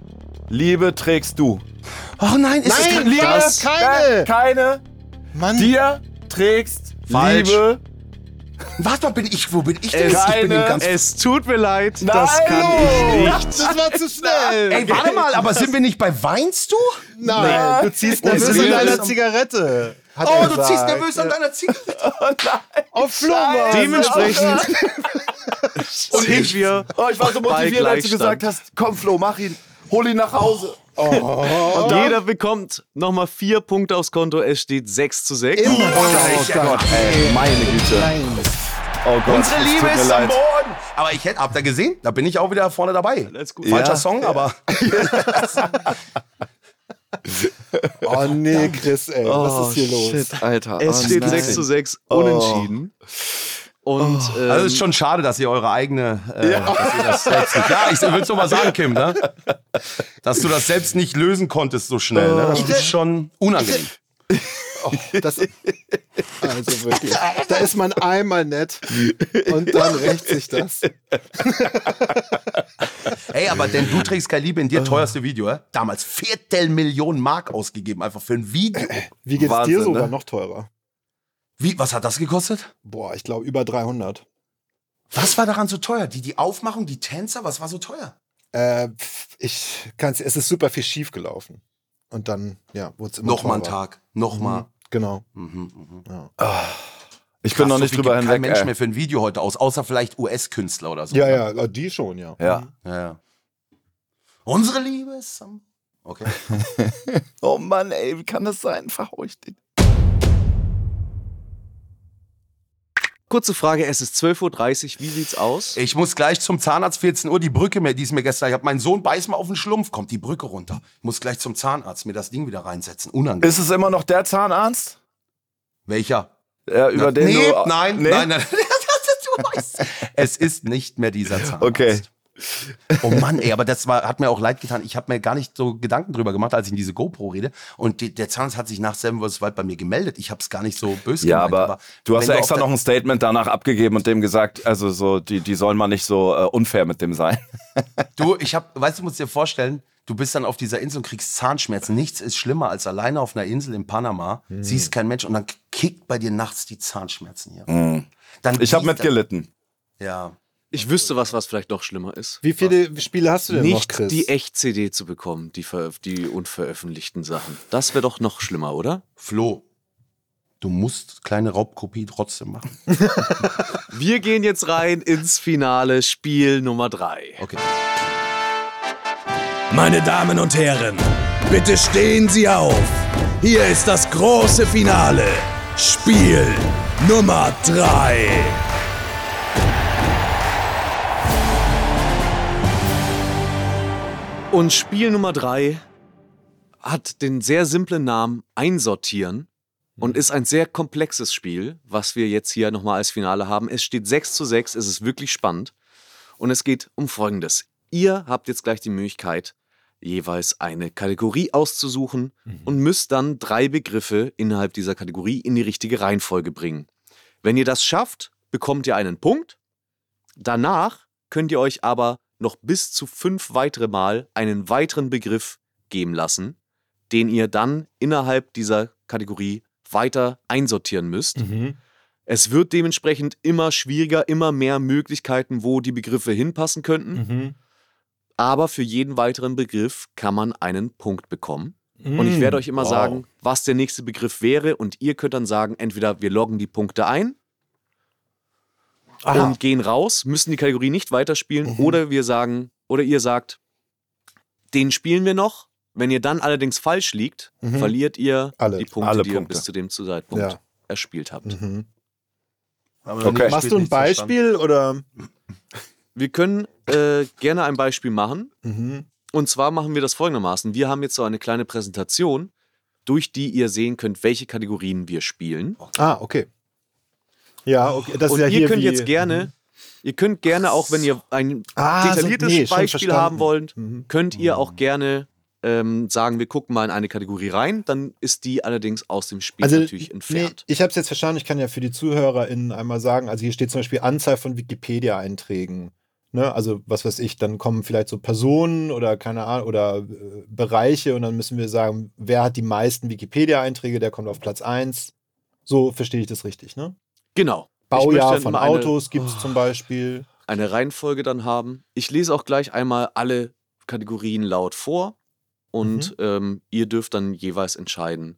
S4: Liebe trägst du.
S3: Oh nein, ist es
S5: Nein,
S3: kein
S5: Liebe,
S3: das?
S5: keine.
S4: Äh, keine.
S5: Mann.
S4: Dir trägst
S3: Falsch.
S4: Liebe.
S3: Warte mal, bin ich, wo bin ich denn?
S2: Es-
S3: jetzt? ich bin
S4: Keine-
S2: Es tut mir leid,
S4: Nein,
S2: das kann ich nicht.
S5: Das war zu schnell.
S3: Ey, warte mal, aber sind wir nicht bei Weinst du?
S5: Nein, du ziehst
S3: Und
S5: nervös an
S3: Silber
S5: deiner
S3: ist am-
S5: Zigarette. hat
S3: Oh,
S5: er
S3: du ziehst
S5: gesagt.
S3: nervös an deiner Zigarette.
S5: Auf Flo, Mann.
S2: Dementsprechend sind wir
S4: Oh, ich war so motiviert,
S2: Bei
S4: als du gesagt
S2: Gleichstand.
S4: hast, komm Flo, mach ihn. Hol ihn nach Hause.
S3: Oh.
S2: Und jeder bekommt nochmal vier Punkte aufs Konto. Es steht 6 zu 6.
S4: Ey, meine Güte. Oh Gott,
S3: Unsere
S4: es tut
S3: Liebe
S4: mir
S3: ist am
S4: leid.
S3: Boden. Aber ich hätte, habt ihr gesehen? Da bin ich auch wieder vorne dabei.
S2: Alles gut.
S3: Falscher
S4: Ja.
S3: Song, aber
S5: Oh nee, Chris, ey, was ist hier los?
S2: Shit, Alter.
S3: Oh,
S2: Es steht 6 zu 6 unentschieden. Und ähm,
S3: also es ist schon schade, dass ihr eure eigene. Äh, ja. Dass ihr das selbst nicht, ja, ich würde es mal sagen, Kim, ne? Dass du das selbst nicht lösen konntest so schnell. Ne? Das ist schon unangenehm.
S5: Das, also wirklich. Da ist man einmal nett und dann rächt sich das.
S3: Ey, aber denn du trägst keine Liebe in
S4: Äh.
S3: dir teuerste Video, hä? Damals Viertelmillionen Mark ausgegeben, einfach für ein Video.
S4: Äh.
S5: Wie geht's
S4: Wahnsinn,
S5: dir sogar
S4: ne?
S5: noch teurer?
S3: Wie, was hat das gekostet?
S5: Boah, ich glaube über 300.
S3: Was war daran so teuer? Die, die Aufmachung, die Tänzer, was war so teuer?
S5: Äh, pf, ich kann's, es ist super viel schief gelaufen. Und dann, ja, wurde es immer
S3: Nochmal einen
S5: teurer.
S3: Tag, nochmal.
S5: Genau.
S3: Mhm, mhm.
S4: Ich bin noch
S3: so
S4: nicht
S3: viel
S4: drüber
S3: gibt
S4: hinweg. äh.
S3: Kein Mensch
S4: ey.
S3: mehr für ein Video heute aus, außer vielleicht US-Künstler oder so. ne?
S5: Ja, ja, äh, die schon, ja.
S4: Ja.
S3: ja, ja. Unsere Liebe ist am. Okay.
S4: Oh Mann, ey, wie kann das sein? Verhau ich den.
S2: kurze Frage: Es ist 12.30 Uhr. Wie sieht's aus?
S3: Ich muss gleich zum Zahnarzt 14 Uhr die Brücke mehr, die ist mir gestern. Ich habe meinen Sohn beiß mal auf den Schlumpf, kommt die Brücke runter. Ich muss gleich zum Zahnarzt mir das Ding wieder reinsetzen. Unangenehm.
S4: Ist es immer noch der Zahnarzt?
S3: Welcher?
S4: Ja, über
S3: Na,
S4: den
S3: nee,
S4: du,
S3: nein,
S4: Nee?
S3: nein, nein, Das ist- du weißt. Es ist nicht mehr dieser Zahnarzt.
S4: Okay.
S3: Oh Mann, ey, aber das war, hat mir auch leid getan. Ich habe mir gar nicht so Gedanken drüber gemacht, als ich in diese GoPro rede. Und die, der Zahnarzt hat sich nach Seven vs. Wild bei mir gemeldet. Ich habe es gar nicht so böse
S12: Ja,
S3: gemeint.
S12: aber, du hast
S3: wenn
S12: ja
S3: auf
S12: extra
S3: der-
S12: noch ein Statement danach abgegeben und dem gesagt, also so, die, die sollen mal nicht so äh, unfair mit dem sein.
S3: Du, ich hab, weißt du, musst dir vorstellen, du bist dann auf dieser Insel und kriegst Zahnschmerzen. Nichts ist schlimmer als alleine auf einer Insel in Panama,
S12: Hm.
S3: siehst kein Mensch und dann kickt bei dir nachts die Zahnschmerzen hier. Dann
S12: Hm. Ich habe
S3: gehst-
S12: mitgelitten.
S3: Ja.
S2: Ich wüsste was, was vielleicht noch schlimmer ist.
S5: Wie viele Spiele hast du denn noch,
S2: Nicht
S5: Chris?
S2: die Echt-CD zu bekommen, die, ver- die unveröffentlichten Sachen. Das wäre doch noch schlimmer, oder?
S3: Flo, du musst kleine Raubkopie trotzdem machen.
S2: Wir gehen jetzt rein ins Finale, Spiel Nummer 3.
S3: Okay.
S1: Meine Damen und Herren, bitte stehen Sie auf. Hier ist das große Finale. Spiel Nummer 3.
S2: Und Spiel Nummer 3 hat den sehr simplen Namen Einsortieren und
S5: Mhm.
S2: ist ein sehr komplexes Spiel, was wir jetzt hier nochmal als Finale haben. Es steht 6 zu 6, es ist wirklich spannend. Und es geht um Folgendes. Ihr habt jetzt gleich die Möglichkeit, jeweils eine Kategorie auszusuchen und müsst dann drei Begriffe innerhalb dieser Kategorie in die richtige Reihenfolge bringen. Wenn ihr das schafft, bekommt ihr einen Punkt. Danach könnt ihr euch aber noch bis zu fünf weitere Mal einen weiteren Begriff geben lassen, den ihr dann innerhalb dieser Kategorie weiter einsortieren müsst. Es wird dementsprechend immer schwieriger, immer mehr Möglichkeiten, wo die Begriffe hinpassen könnten.
S5: Mhm.
S2: Aber für jeden weiteren Begriff kann man einen Punkt bekommen.
S5: Mhm.
S2: Und
S5: Mm,
S2: ich werde euch immer sagen, was der nächste Begriff wäre. Und ihr könnt dann sagen, entweder wir loggen die Punkte ein und gehen raus, müssen die Kategorie nicht weiterspielen. Oder wir sagen, oder ihr sagt, den spielen wir noch. Wenn ihr dann allerdings falsch liegt, verliert ihr
S5: Alle.
S2: die Punkte,
S12: Alle
S2: die ihr
S12: Punkte.
S2: bis zu dem Zeitpunkt
S5: Ja.
S2: erspielt habt.
S5: Mhm.
S3: Aber
S12: Okay.
S3: Spiel
S5: Machst du ein
S3: nichts verstanden.
S5: Beispiel oder?
S2: Wir können äh, gerne ein Beispiel machen.
S5: Mhm.
S2: Und zwar machen wir das folgendermaßen. Wir haben jetzt so eine kleine Präsentation, durch die ihr sehen könnt, welche Kategorien wir spielen.
S5: Ah, okay. Ja, okay. Das
S2: Und
S5: ist ja
S2: ihr
S5: hier
S2: könnt
S5: wie, Mhm.
S2: jetzt gerne, ihr könnt gerne auch, wenn ihr ein
S5: Ah, so-
S2: detailliertes
S5: nee, schon
S2: Beispiel
S5: verstanden. Mhm.
S2: haben wollt, könnt ihr auch gerne ähm, sagen, wir gucken mal in eine Kategorie rein. Dann ist die allerdings aus dem Spiel natürlich entfernt.
S5: Also, Nee, ich habe es jetzt verstanden. Ich kann ja für die ZuhörerInnen einmal sagen, also hier steht zum Beispiel Anzahl von Wikipedia-Einträgen. Ne? Also, was weiß ich, dann kommen vielleicht so Personen oder keine Ahnung, oder äh, Bereiche und dann müssen wir sagen, wer hat die meisten Wikipedia-Einträge, der kommt auf Platz 1. So verstehe ich das richtig, ne?
S2: Genau. Ich möchte
S5: Baujahr
S2: dann Oh.
S5: von
S2: mal eine-
S5: Autos gibt es zum Beispiel.
S2: eine Reihenfolge dann haben. Ich lese auch gleich einmal alle Kategorien laut vor und ähm, ihr dürft dann jeweils entscheiden,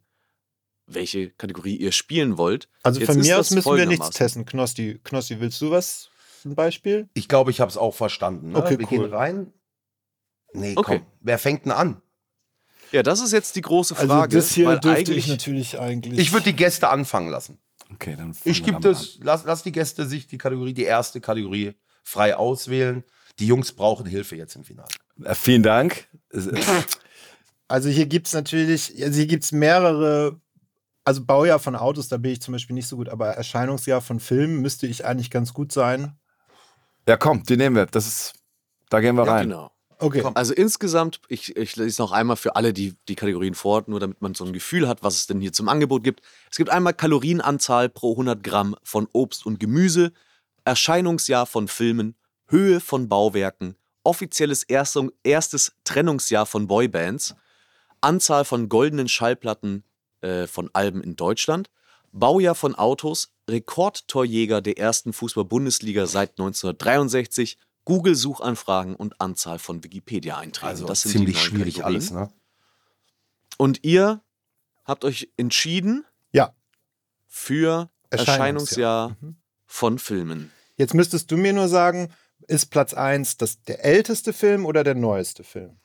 S2: welche Kategorie ihr spielen wollt.
S5: Also
S2: Jetzt
S5: von
S2: ist
S5: mir
S2: das
S5: aus müssen wir nichts
S2: folgendermaßen.
S5: testen. Knossi, Knossi, willst du was? Ein Beispiel?
S3: Ich glaube, ich habe es auch verstanden. Ne?
S5: Okay,
S3: Wir
S5: cool.
S3: gehen rein. Nee, komm.
S2: Okay.
S3: Wer fängt denn an?
S2: Ja, das ist jetzt die große Frage. weil eigentlich,
S5: natürlich eigentlich.
S3: Ich würde die Gäste anfangen lassen.
S12: Okay, dann
S3: Ich gebe das, lass, lass die Gäste sich die Kategorie, die erste Kategorie frei auswählen. Die Jungs brauchen Hilfe jetzt im Finale.
S12: Äh, vielen Dank. Äh,
S5: Also hier gibt es natürlich, also hier gibt es mehrere, also Baujahr von Autos, da bin ich zum Beispiel nicht so gut, aber Erscheinungsjahr von Filmen müsste ich eigentlich ganz gut sein.
S12: Ja, komm, die nehmen wir. Das ist, da gehen wir
S2: ja,
S12: rein.
S2: genau.
S5: Okay.
S2: Also insgesamt, ich, ich lese noch einmal für alle die, die Kategorien vor, nur damit man so ein Gefühl hat, was es denn hier zum Angebot gibt. Es gibt einmal Kalorienanzahl pro 100 Gramm von Obst und Gemüse, Erscheinungsjahr von Filmen, Höhe von Bauwerken, offizielles Erstung, erstes Trennungsjahr von Boybands, Anzahl von goldenen Schallplatten äh, von Alben in Deutschland, Baujahr von Autos, Rekordtorjäger der ersten Fußball-Bundesliga seit 1963, Google-Suchanfragen und Anzahl von Wikipedia-Einträgen.
S5: Also
S2: das sind die neuen Kategorien.
S3: ne?
S2: Und ihr habt euch entschieden
S5: Ja.
S2: für
S5: Erscheinungsjahr. Mhm.
S2: Erscheinungsjahr von Filmen.
S5: Jetzt müsstest du mir nur sagen, ist Platz 1 das der älteste Film oder der neueste Film?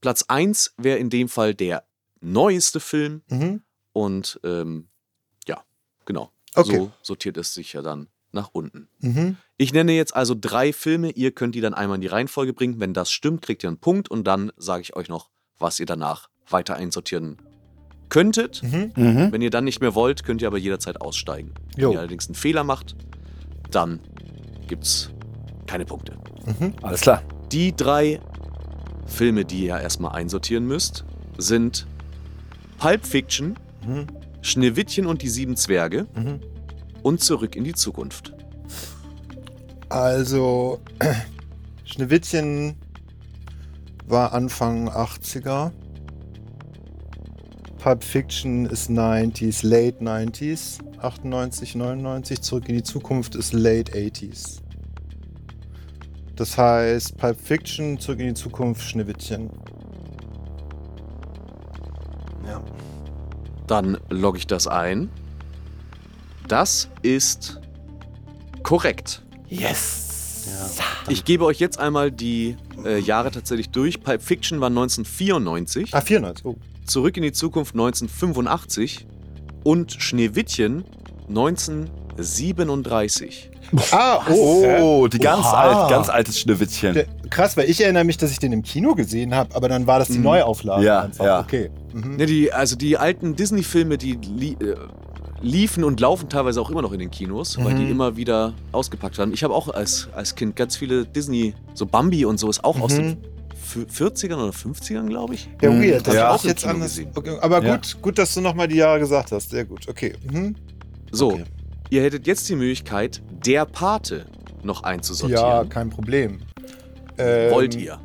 S2: Platz 1 wäre in dem Fall der neueste Film
S5: Mhm.
S2: und ähm, ja, genau.
S5: Okay.
S2: So sortiert es sich ja dann nach unten.
S5: Mhm.
S2: Ich nenne jetzt also drei Filme, ihr könnt die dann einmal in die Reihenfolge bringen. Wenn das stimmt, kriegt ihr einen Punkt und dann sage ich euch noch, was ihr danach weiter einsortieren könntet. Wenn ihr dann nicht mehr wollt, könnt ihr aber jederzeit aussteigen.
S5: Jo.
S2: Wenn ihr allerdings einen Fehler macht, dann gibt's keine Punkte.
S12: Alles klar.
S2: Die drei Filme, die ihr erstmal einsortieren müsst, sind Pulp Fiction, Schneewittchen und die sieben Zwerge und Zurück in die Zukunft.
S5: Also, Schneewittchen war Anfang 80er. Pulp Fiction ist 90s, late 90s. 98, 99. Zurück in die Zukunft ist late 80s. Das heißt, Pulp Fiction, Zurück in die Zukunft, Schneewittchen. Ja.
S2: Dann logge ich das ein. Das ist korrekt.
S3: Yes!
S2: Ich gebe euch jetzt einmal die äh, Jahre tatsächlich durch. Pulp Fiction war 1994.
S5: Ah, 94, oh.
S2: Zurück in die Zukunft 1985. Und Schneewittchen 1937.
S5: Ah,
S12: Oh, die ganz
S5: Oha.
S12: alt, ganz altes Schneewittchen.
S5: Der, krass, weil ich erinnere mich, dass ich den im Kino gesehen habe, aber dann war das die
S2: Mhm.
S5: Neuauflage
S12: Ja,
S5: einfach.
S12: ja.
S5: Okay.
S2: Ne, die, also die alten Disney-Filme, die li äh, liefen und laufen teilweise auch immer noch in den Kinos, weil die
S5: Mhm.
S2: immer wieder ausgepackt haben. Ich habe auch als, als Kind ganz viele Disney, so Bambi und so, ist auch aus den
S5: Mhm.
S2: F- 40ern oder 50ern, glaube ich.
S5: Ja, weird,
S2: Hab ich
S5: das ja.
S2: auch
S5: ich
S2: im
S5: jetzt
S2: Kino
S5: anders.
S2: gesehen.
S5: Okay, aber
S2: Ja.
S5: gut, gut, dass du nochmal die Jahre gesagt hast. Sehr gut, okay. Mhm.
S2: So, ihr hättet jetzt die Möglichkeit, der Pate noch einzusortieren.
S5: Ja, kein Problem. Ähm,
S2: Wollt ihr?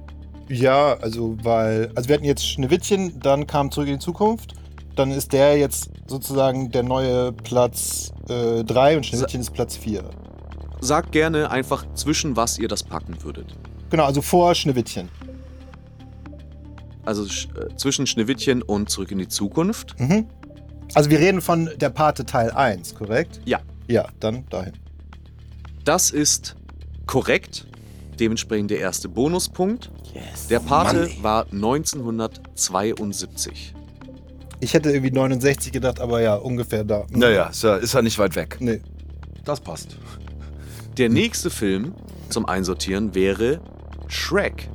S5: Ja, also weil, also wir hatten jetzt Schneewittchen, dann kam Zurück in die Zukunft, dann ist der jetzt sozusagen der neue Platz 3 und Schneewittchen ist Platz 4.
S2: Sagt gerne einfach zwischen, was ihr das packen würdet.
S5: Genau, also vor Schneewittchen.
S2: Also sch äh, zwischen Schneewittchen und Zurück in die Zukunft.
S5: Mhm. Also wir reden von der Pate Teil 1, korrekt?
S2: Ja.
S5: Ja, dann dahin.
S2: Das ist korrekt. Dementsprechend der erste Bonuspunkt. Der Pate
S12: Mann, ey.
S2: war 1972.
S5: Ich hätte irgendwie 69 gedacht, aber ja, ungefähr da. Mhm.
S12: Naja, ist ja, ist ja nicht weit weg.
S5: Nee.
S12: Das passt.
S2: Der nächste Film zum Einsortieren wäre Shrek.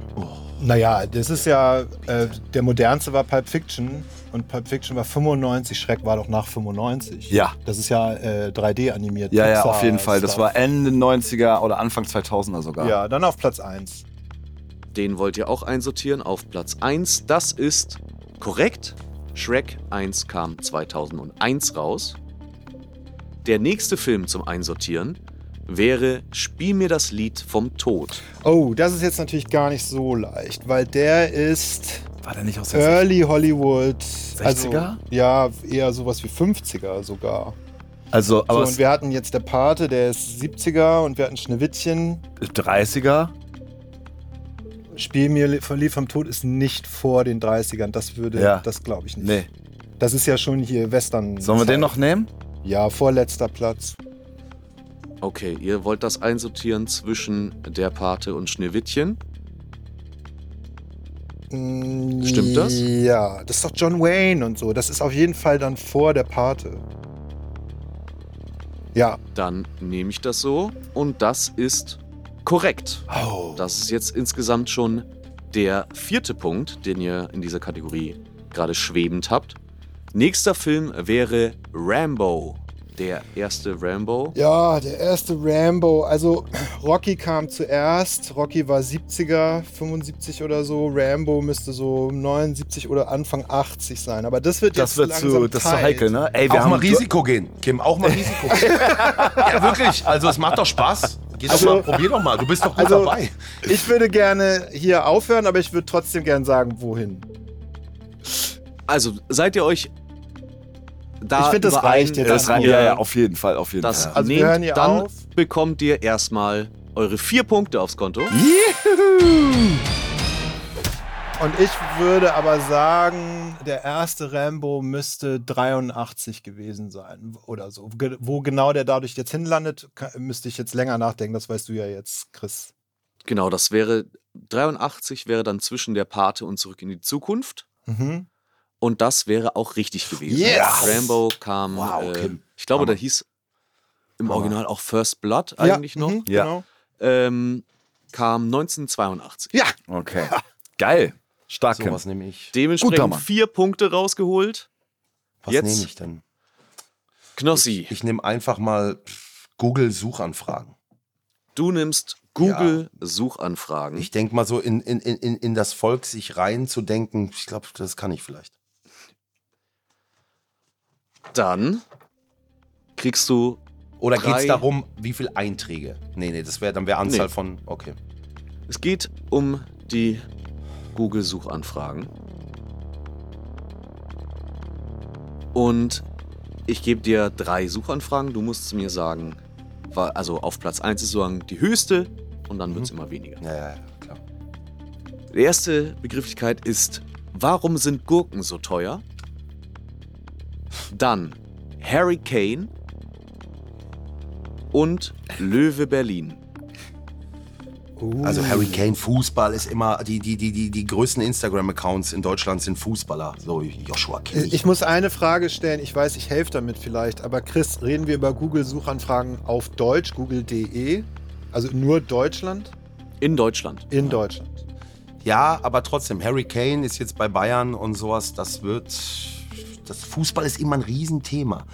S5: Naja, das ist ja, äh, der modernste war Pulp Fiction und Pulp Fiction war 95, Schreck war doch nach 95.
S12: Ja.
S5: Das ist ja äh, 3D animiert.
S12: Ja, ja,
S5: Pixar
S12: auf jeden Fall. Das
S5: Stuff.
S12: war Ende 90er oder Anfang 2000er sogar.
S5: Ja, dann auf Platz 1.
S2: Den wollt ihr auch einsortieren auf Platz 1. Das ist korrekt. Shrek 1 kam 2001 raus. Der nächste Film zum Einsortieren wäre Spiel mir das Lied vom Tod.
S5: Oh, das ist jetzt natürlich gar nicht so leicht, weil der ist
S12: War der nicht aus der
S5: Early Hollywood.
S12: 60er?
S5: Also, ja, eher sowas wie 50er sogar.
S12: Also,
S5: So,
S12: aber
S5: und wir hatten jetzt der Pate, der ist 70er und wir hatten Schneewittchen.
S12: es- 30er?
S5: Spiel mir li- von Lied vom Tod ist nicht vor den 30ern. Das würde,
S12: Ja.
S5: das glaube ich nicht.
S12: Nee.
S5: Das ist ja schon hier Western.
S12: Sollen wir den noch nehmen?
S5: Ja, vorletzter Platz.
S2: Okay, ihr wollt das einsortieren zwischen Der Pate und Schneewittchen.
S5: Mm,
S2: Stimmt das?
S5: Ja, das ist doch John Wayne und so. Das ist auf jeden Fall dann vor der Pate. Ja,
S2: Dann nehme ich das so und das ist korrekt.
S12: Oh.
S2: Das ist jetzt insgesamt schon der vierte Punkt, den ihr in dieser Kategorie gerade schwebend habt. Nächster Film wäre Rambo. Der erste Rambo.
S5: Ja, der erste Rambo. Also Rocky kam zuerst. Rocky war 70er, 75 oder so. Rambo müsste so 79 oder Anfang 80 sein. Aber das wird
S12: Das
S5: jetzt
S12: wird
S5: langsam
S12: zu, das ist zu
S5: tight.
S12: heikel, ne? Ey,
S3: auch mal Risiko gehen. Kim, auch mal Risiko gehen. ja, wirklich. Also, es macht doch Spaß. Geh doch
S5: Also-
S3: mal, probier doch mal. Du bist doch gut
S5: Also-
S3: dabei.
S5: Ich würde gerne hier aufhören, aber ich würde trotzdem gerne sagen, wohin.
S2: Also seid ihr euch da
S5: Ich find, das
S2: überein,
S5: reicht jetzt
S2: dass
S12: Das
S5: Ja,
S12: rein,
S2: ihr
S12: ja, ja, auf jeden Fall, auf jeden
S2: Äh, das
S12: Fall.
S5: Also wir
S2: nehmt,
S5: hören hier
S2: dann
S5: auf.
S2: bekommt ihr erstmal eure vier Punkte aufs Konto.
S5: Und ich würde aber sagen, der erste Rambo müsste 83 gewesen sein oder so. Ge- Wo genau der dadurch jetzt hinlandet, ka- müsste ich jetzt länger nachdenken. Das weißt du ja jetzt, Chris.
S2: Genau, das wäre 83 wäre dann zwischen der Pate und zurück in die Zukunft.
S5: Mhm.
S2: Und das wäre auch richtig gewesen.
S12: Yes!
S2: Rambo kam, äh,
S12: Kim.
S2: ich glaube, da
S12: Hammer.
S2: hieß im
S12: Hammer.
S2: Original auch First Blood
S5: Ja,
S2: eigentlich noch.
S5: mhm,
S12: Ja.
S5: Genau.
S2: Ähm, kam 1982. Ja.
S12: Okay. Geil. Stark, Kim.
S3: Sowas nehme ich. Guter
S2: Dementsprechend
S3: Mann.
S2: vier Punkte rausgeholt.
S3: Was
S2: Jetzt-
S3: nehme ich denn?
S2: Knossi,
S3: Ich nehme einfach mal Google-Suchanfragen.
S2: Du nimmst Google-Suchanfragen.
S3: Ich denke mal so in, in, in, in in das Volk sich reinzudenken, ich glaube, das kann ich vielleicht.
S2: Dann kriegst du.
S3: Oder geht
S2: drei-
S3: es darum, wie viel Einträge? Nee, nee, das wäre dann wäre Anzahl
S2: Nee.
S3: von. Okay.
S2: Es geht um die Google-Suchanfragen. Und ich gebe dir drei Suchanfragen. Du musst mir sagen, wa- also auf Platz 1 ist sozusagen die höchste und dann wird es immer weniger.
S3: Mhm. Ja, ja, ja, klar.
S2: Die erste Begrifflichkeit ist, warum sind Gurken so teuer? Dann Harry Kane und Löwe Berlin.
S3: Also
S2: Uh.
S3: Harry Kane, Fußball ist immer die, die, die, die, die größten Instagram-Accounts in Deutschland sind Fußballer. So Joshua Kimmich.
S5: Ich muss eine Frage stellen. Ich weiß, ich helfe damit vielleicht. Aber Chris, reden wir über Google-Suchanfragen auf Deutsch, google.de? Also nur Deutschland?
S2: In Deutschland.
S5: In Deutschland.
S3: Ja, aber trotzdem, Harry Kane ist jetzt bei Bayern und sowas, das wird. Das Fußball ist immer ein Riesenthema.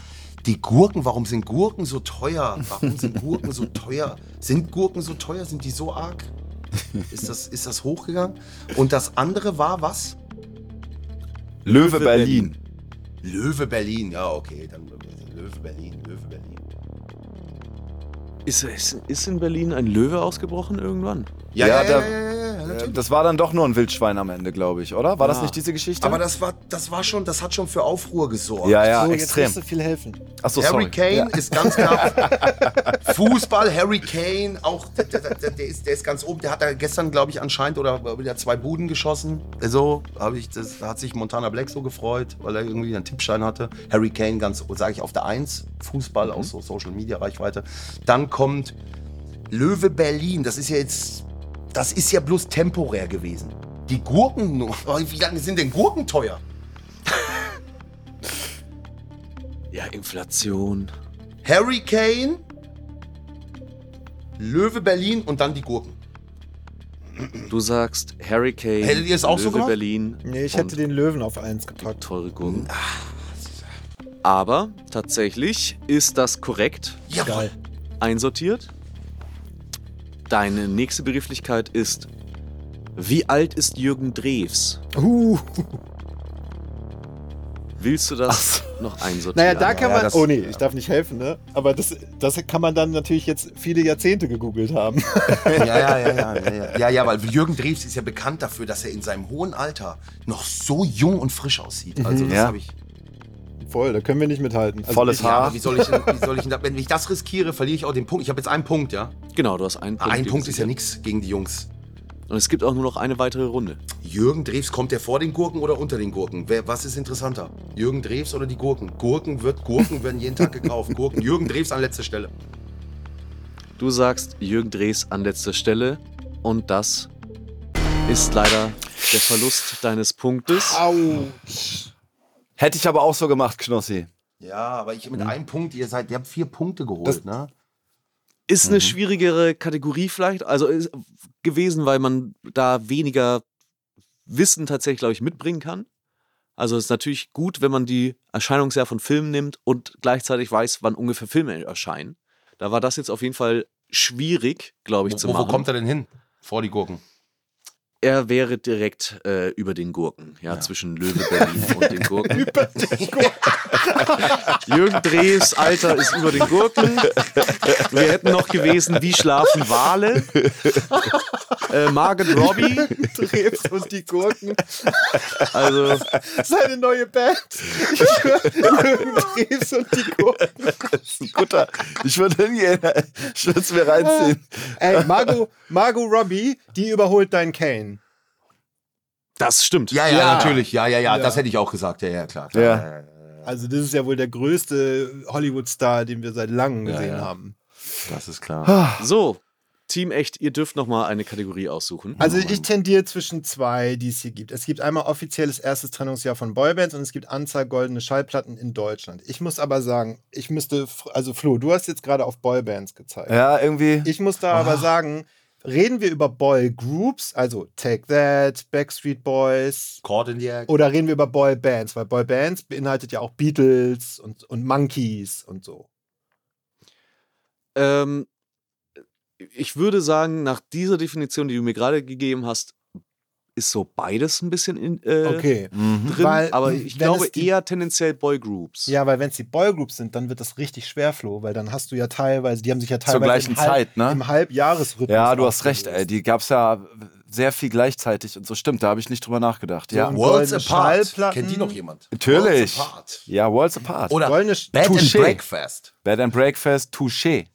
S3: Die Gurken, warum sind Gurken so teuer? Warum sind Gurken so teuer? Sind Gurken so teuer? Sind die so arg? Ist das, ist das hochgegangen? Und das andere war was?
S12: Löwe Berlin.
S3: Löwe Berlin. Ja, okay, dann Löwe Berlin, Löwe Berlin.
S2: Ist, ist, ist in Berlin ein Löwe ausgebrochen irgendwann?
S3: Ja, ja, ja, ja, ja, ja,
S4: äh,
S3: natürlich.
S4: das war dann doch nur ein Wildschwein am Ende, glaube ich, oder? War das
S2: Ja.
S4: nicht diese Geschichte?
S3: Aber das war, das war schon, das hat schon für Aufruhr gesorgt.
S4: ja, ja,
S5: so,
S4: extrem.
S5: jetzt musst du viel helfen.
S4: Achso,
S3: Harry
S4: sorry.
S3: Kane
S4: Ja.
S3: ist ganz knapp. Fußball, Harry Kane, auch der, der, der, der, ist, der ist ganz oben. Der hat da gestern, glaube ich, anscheinend oder äh, wieder zwei Buden geschossen. So habe ich, das da hat sich Montana Black so gefreut, weil er irgendwie einen Tippschein hatte. Harry Kane ganz, sage ich, auf der Eins.
S4: Mhm.
S3: Fußball, auch so Social Media Reichweite. Dann kommt Löwe Berlin. Das ist ja jetzt, das ist ja bloß temporär gewesen. Die Gurken, wie lange sind denn Gurken teuer?
S2: Ja, Inflation.
S3: Harry Kane, Löwe Berlin und dann die Gurken.
S2: Du sagst Harry Kane,
S3: Hättet ihr es auch
S2: Löwe
S3: so gemacht?
S2: Berlin.
S5: Nee, ich
S2: und
S5: hätte den Löwen auf eins gepackt.
S2: teure Gurken.
S3: Ah,
S2: Aber tatsächlich ist das korrekt
S3: Jawohl.
S2: einsortiert. Deine nächste Begrifflichkeit ist, wie alt ist Jürgen Drews?
S5: Uh.
S2: Willst du das noch einsortieren?
S5: Naja, da kann
S4: ja,
S5: man.
S4: das-
S5: oh nee, ich darf nicht helfen, ne? Aber das, das kann man dann natürlich jetzt viele Jahrzehnte gegoogelt haben.
S3: Ja, ja, ja, ja, ja, ja. Ja, ja, weil Jürgen Drews ist ja bekannt dafür, dass er in seinem hohen Alter noch so jung und frisch aussieht. Also das
S4: Ja.
S3: habe ich.
S5: Voll, da können wir nicht mithalten. Also,
S4: Volles
S3: Ja,
S4: Haar.
S3: aber wie soll ich denn, wie soll ich denn da, wenn ich das riskiere, verliere ich auch den Punkt. Ich habe jetzt einen Punkt, ja.
S2: Genau, du hast einen Punkt.
S3: Ein
S2: dir
S3: Punkt ist ja
S2: gesichert.
S3: nichts gegen die Jungs.
S2: Und es gibt auch nur noch eine weitere Runde.
S3: Jürgen Drews, kommt der vor den Gurken oder unter den Gurken? Wer, was ist interessanter? Jürgen Drews oder die Gurken? Gurken wird Gurken werden jeden Tag gekauft. Gurken. Jürgen Drews an letzter Stelle.
S2: Du sagst Jürgen Drews an letzter Stelle und das ist leider der Verlust deines Punktes.
S4: Hätte ich aber auch so gemacht, Knossi.
S3: Ja, aber ich mit einem Punkt, ihr seid, ihr habt vier Punkte geholt, ne?
S2: Ist
S3: Mhm.
S2: eine schwierigere Kategorie vielleicht, also ist gewesen, weil man da weniger Wissen tatsächlich, glaube ich, mitbringen kann. Also es ist natürlich gut, wenn man die Erscheinungsjahr von Filmen nimmt und gleichzeitig weiß, wann ungefähr Filme erscheinen. Da war das jetzt auf jeden Fall schwierig, glaube ich, zu
S3: Wo, wo
S2: machen.
S3: kommt er denn hin? Vor die Gurken.
S2: er wäre direkt äh, über den Gurken, ja, zwischen Löwe Berlin und den Gurken. über den Gurken. Jürgen Drews Alter ist über den Gurken. Wir hätten noch gewesen, wie schlafen Wale? äh, Margaret Robbie.
S5: Drews und die Gurken.
S2: Also,
S5: Seine neue Band. Ich schwör, Drews und die Gurken.
S4: Guter. Ich würde hingehen. Ich würde es mir reinziehen.
S5: Ey, Margot, Margot Robbie, die überholt deinen Kane.
S2: das stimmt.
S3: Ja, ja, natürlich. Ja, ja, ja, Das hätte ich auch gesagt. Ja, ja, klar. klar.
S4: Ja.
S5: Also, das ist ja wohl der größte Hollywood-Star, den wir seit langem gesehen haben.
S3: Das ist klar.
S2: So, Team Echt, ihr dürft noch mal eine Kategorie aussuchen.
S5: Also, ich tendiere zwischen zwei, die es hier gibt. Es gibt einmal offizielles erstes Trennungsjahr von Boybands und es gibt Anzahl goldene Schallplatten in Deutschland. Ich muss aber sagen, ich müsste, also Flo, du hast jetzt gerade auf Boybands gezeigt.
S4: Ja, irgendwie.
S5: Ich muss da aber sagen, reden wir über Boy Groups, also Take That, Backstreet Boys,
S3: Cord in the Act.
S5: oder reden wir über Boy Bands, weil Boy Bands beinhaltet ja auch Beatles und, und Monkeys und so.
S2: Ähm, ich würde sagen, nach dieser Definition, die du mir gerade gegeben hast, ist so beides ein bisschen in, äh,
S5: Okay. Mhm.
S2: drin.
S5: Weil,
S2: aber ich
S5: wenn
S2: glaube
S5: es die-
S2: eher tendenziell Boygroups.
S5: Ja, weil wenn es die Boygroups sind, dann wird das richtig schwer, Flo, weil dann hast du ja teilweise, die haben sich ja teilweise
S12: gleichen
S5: im, Halb,
S12: Zeit, ne?
S5: im Halbjahresrhythmus.
S12: Ja, du hast recht, ey. Die gab's ja sehr viel gleichzeitig und so stimmt, da habe ich nicht drüber nachgedacht. Ja.
S3: Worlds
S5: goldene
S3: Apart.
S5: Schallplatten.
S3: Kennt die noch jemand?
S12: Natürlich.
S3: Worlds Apart.
S12: Ja, Worlds Apart.
S3: Oder
S5: Goldene
S3: Bed and
S12: Touché.
S3: Breakfast.
S12: Bed and Breakfast, Touché.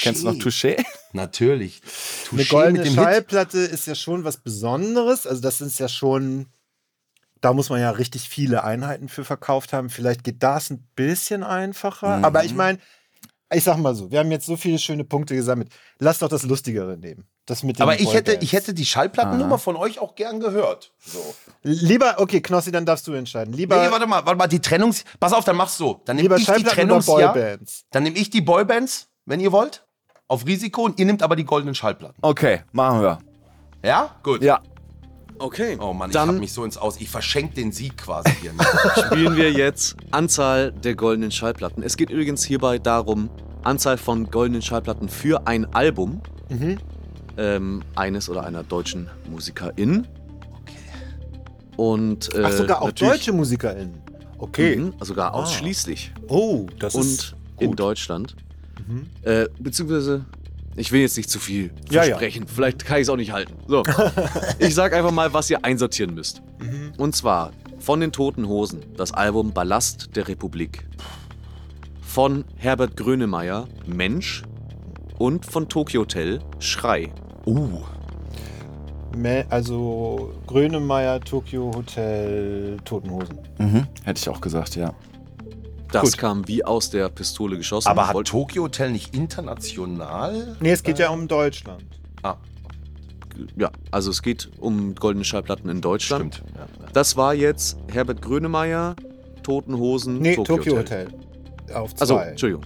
S12: Kennst du noch Touché?
S3: Natürlich.
S5: Eine
S3: Touché
S5: goldene
S3: mit dem Hit.
S5: Schallplatte ist ja schon was Besonderes. Also, das ist ja schon. Da muss man ja richtig viele Einheiten für verkauft haben. Vielleicht geht das ein bisschen
S12: Mhm.
S5: einfacher. Aber ich meine, ich sag mal so, wir haben jetzt so viele schöne Punkte gesammelt. Lass doch das Lustigere nehmen. Das mit den
S3: Aber ich hätte,
S5: Boybands.
S3: ich hätte die Schallplattennummer von euch auch gern gehört. So.
S5: Lieber, okay, Knossi, dann darfst du entscheiden.
S3: Nee,
S5: Lieber,
S3: warte mal, warte mal, die Trennungs. Pass auf, dann mach's so. Dann nehme
S5: lieber
S3: ich die
S5: Schallplatten oder
S3: Trennungsjahr.
S5: Boybands.
S3: Dann nehme ich die Boybands, wenn ihr wollt. Auf Risiko und ihr nehmt aber die goldenen Schallplatten.
S12: Okay, machen wir.
S3: Ja? Gut.
S12: Ja.
S2: Okay.
S3: Oh Mann, ich hab
S2: Dann
S3: mich so ins Aus. Ich verschenke den Sieg quasi hier.
S2: spielen wir jetzt Anzahl der goldenen Schallplatten. Es geht übrigens hierbei darum, Anzahl von goldenen Schallplatten für ein Album
S5: Mhm.
S2: ähm, eines oder einer deutschen Musikerin. Okay. Und äh,
S5: Ach, sogar auch
S2: natürlich-
S5: deutsche MusikerInnen. Okay. Ah.
S2: Mhm, sogar ausschließlich.
S5: Oh, das ist. Mhm.
S2: und in Deutschland. Äh, beziehungsweise, ich will jetzt nicht zu viel
S5: Ja, ja.
S2: versprechen. Vielleicht kann ich es auch nicht halten. So, ich sag einfach mal, was ihr einsortieren müsst.
S5: Mhm.
S2: Und zwar von den Toten Hosen, das Album Ballast der Republik. Von Herbert Grönemeyer, Mensch. Und von Tokyo Hotel, Schrei.
S3: uh.
S5: Me- Also Grönemeyer, Tokyo Hotel, Totenhosen.
S12: Hätte ich auch gesagt, ja.
S2: Das kam wie aus der Pistole geschossen.
S3: Aber hat
S2: Wollt-
S3: Tokyo Hotel nicht international?
S5: Nee, es geht ja um Deutschland.
S2: ja, also es geht um goldene Schallplatten in Deutschland.
S3: Stimmt. Ja.
S2: Das war jetzt Herbert Grönemeyer, Toten Hosen,
S5: Nee,
S2: Tokyo, Hotel.
S5: Hotel. Auf zwei.
S2: Also, Entschuldigung.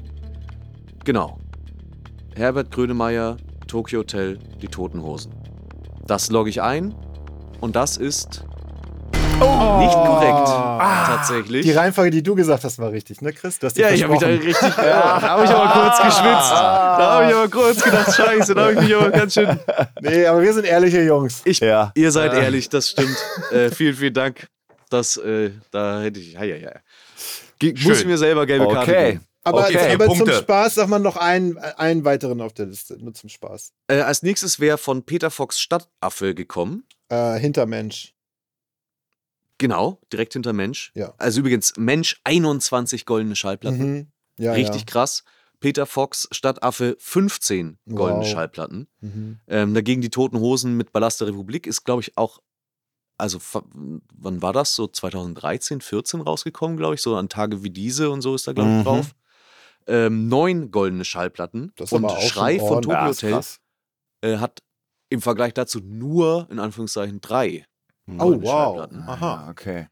S2: Genau. Herbert Grönemeyer, Tokyo Hotel, die Toten Hosen. Das logge ich ein und das ist nicht korrekt. tatsächlich.
S5: Oh. Ah. die Reihenfolge, die du gesagt hast, war richtig, ne, Chris? Du hast dich
S2: ja, ich habe mich da
S5: versprochen. Ah.
S2: richtig. Ja, da habe ich aber kurz geschwitzt. Da habe ich aber kurz gedacht, Scheiße, da habe ich mich aber ganz schön.
S5: Nee, aber wir sind ehrliche Jungs.
S2: Ich,
S12: Ja.
S2: Ihr seid
S5: Ah.
S2: ehrlich, das stimmt. äh, vielen, vielen Dank. Das, äh, da hätte ich. Ja, ja, ja. Ge- Muss ich mir selber gelbe Karte
S12: Okay.
S2: geben.
S5: Aber,
S12: Okay,
S5: aber zum
S12: Punkte.
S5: Spaß sag mal noch einen, einen weiteren auf der Liste. Nur zum Spaß.
S2: Äh, als nächstes wäre von Peter Fox Stadtaffe gekommen.
S5: Äh, Hintermensch.
S2: Genau, direkt hinter Mensch.
S5: Ja.
S2: Also übrigens, Mensch 21 goldene Schallplatten.
S5: Mhm. Ja,
S2: Richtig
S5: Ja.
S2: krass. Peter Fox Stadtaffe 15 goldene
S5: Wow.
S2: Schallplatten.
S5: Mhm.
S2: Ähm, dagegen die Toten Hosen mit Ballast der Republik ist, glaube ich, auch. Also, fa- wann war das? So 2013, 14 rausgekommen, glaube ich. So an Tage wie diese und so ist da, glaube ich,
S12: Mhm.
S2: drauf. Ähm, neun goldene Schallplatten.
S5: Das ist
S2: und
S5: aber auch schon
S2: Schrei von
S5: ordentlich.
S2: Tokyo
S12: Ja, ist
S2: Hotel
S12: krass.
S2: äh, hat im Vergleich dazu nur, in Anführungszeichen, drei.
S12: Mhm.
S5: Oh,
S2: goldene
S5: wow.
S2: Schallplatten.
S5: Aha.
S12: Ja, okay.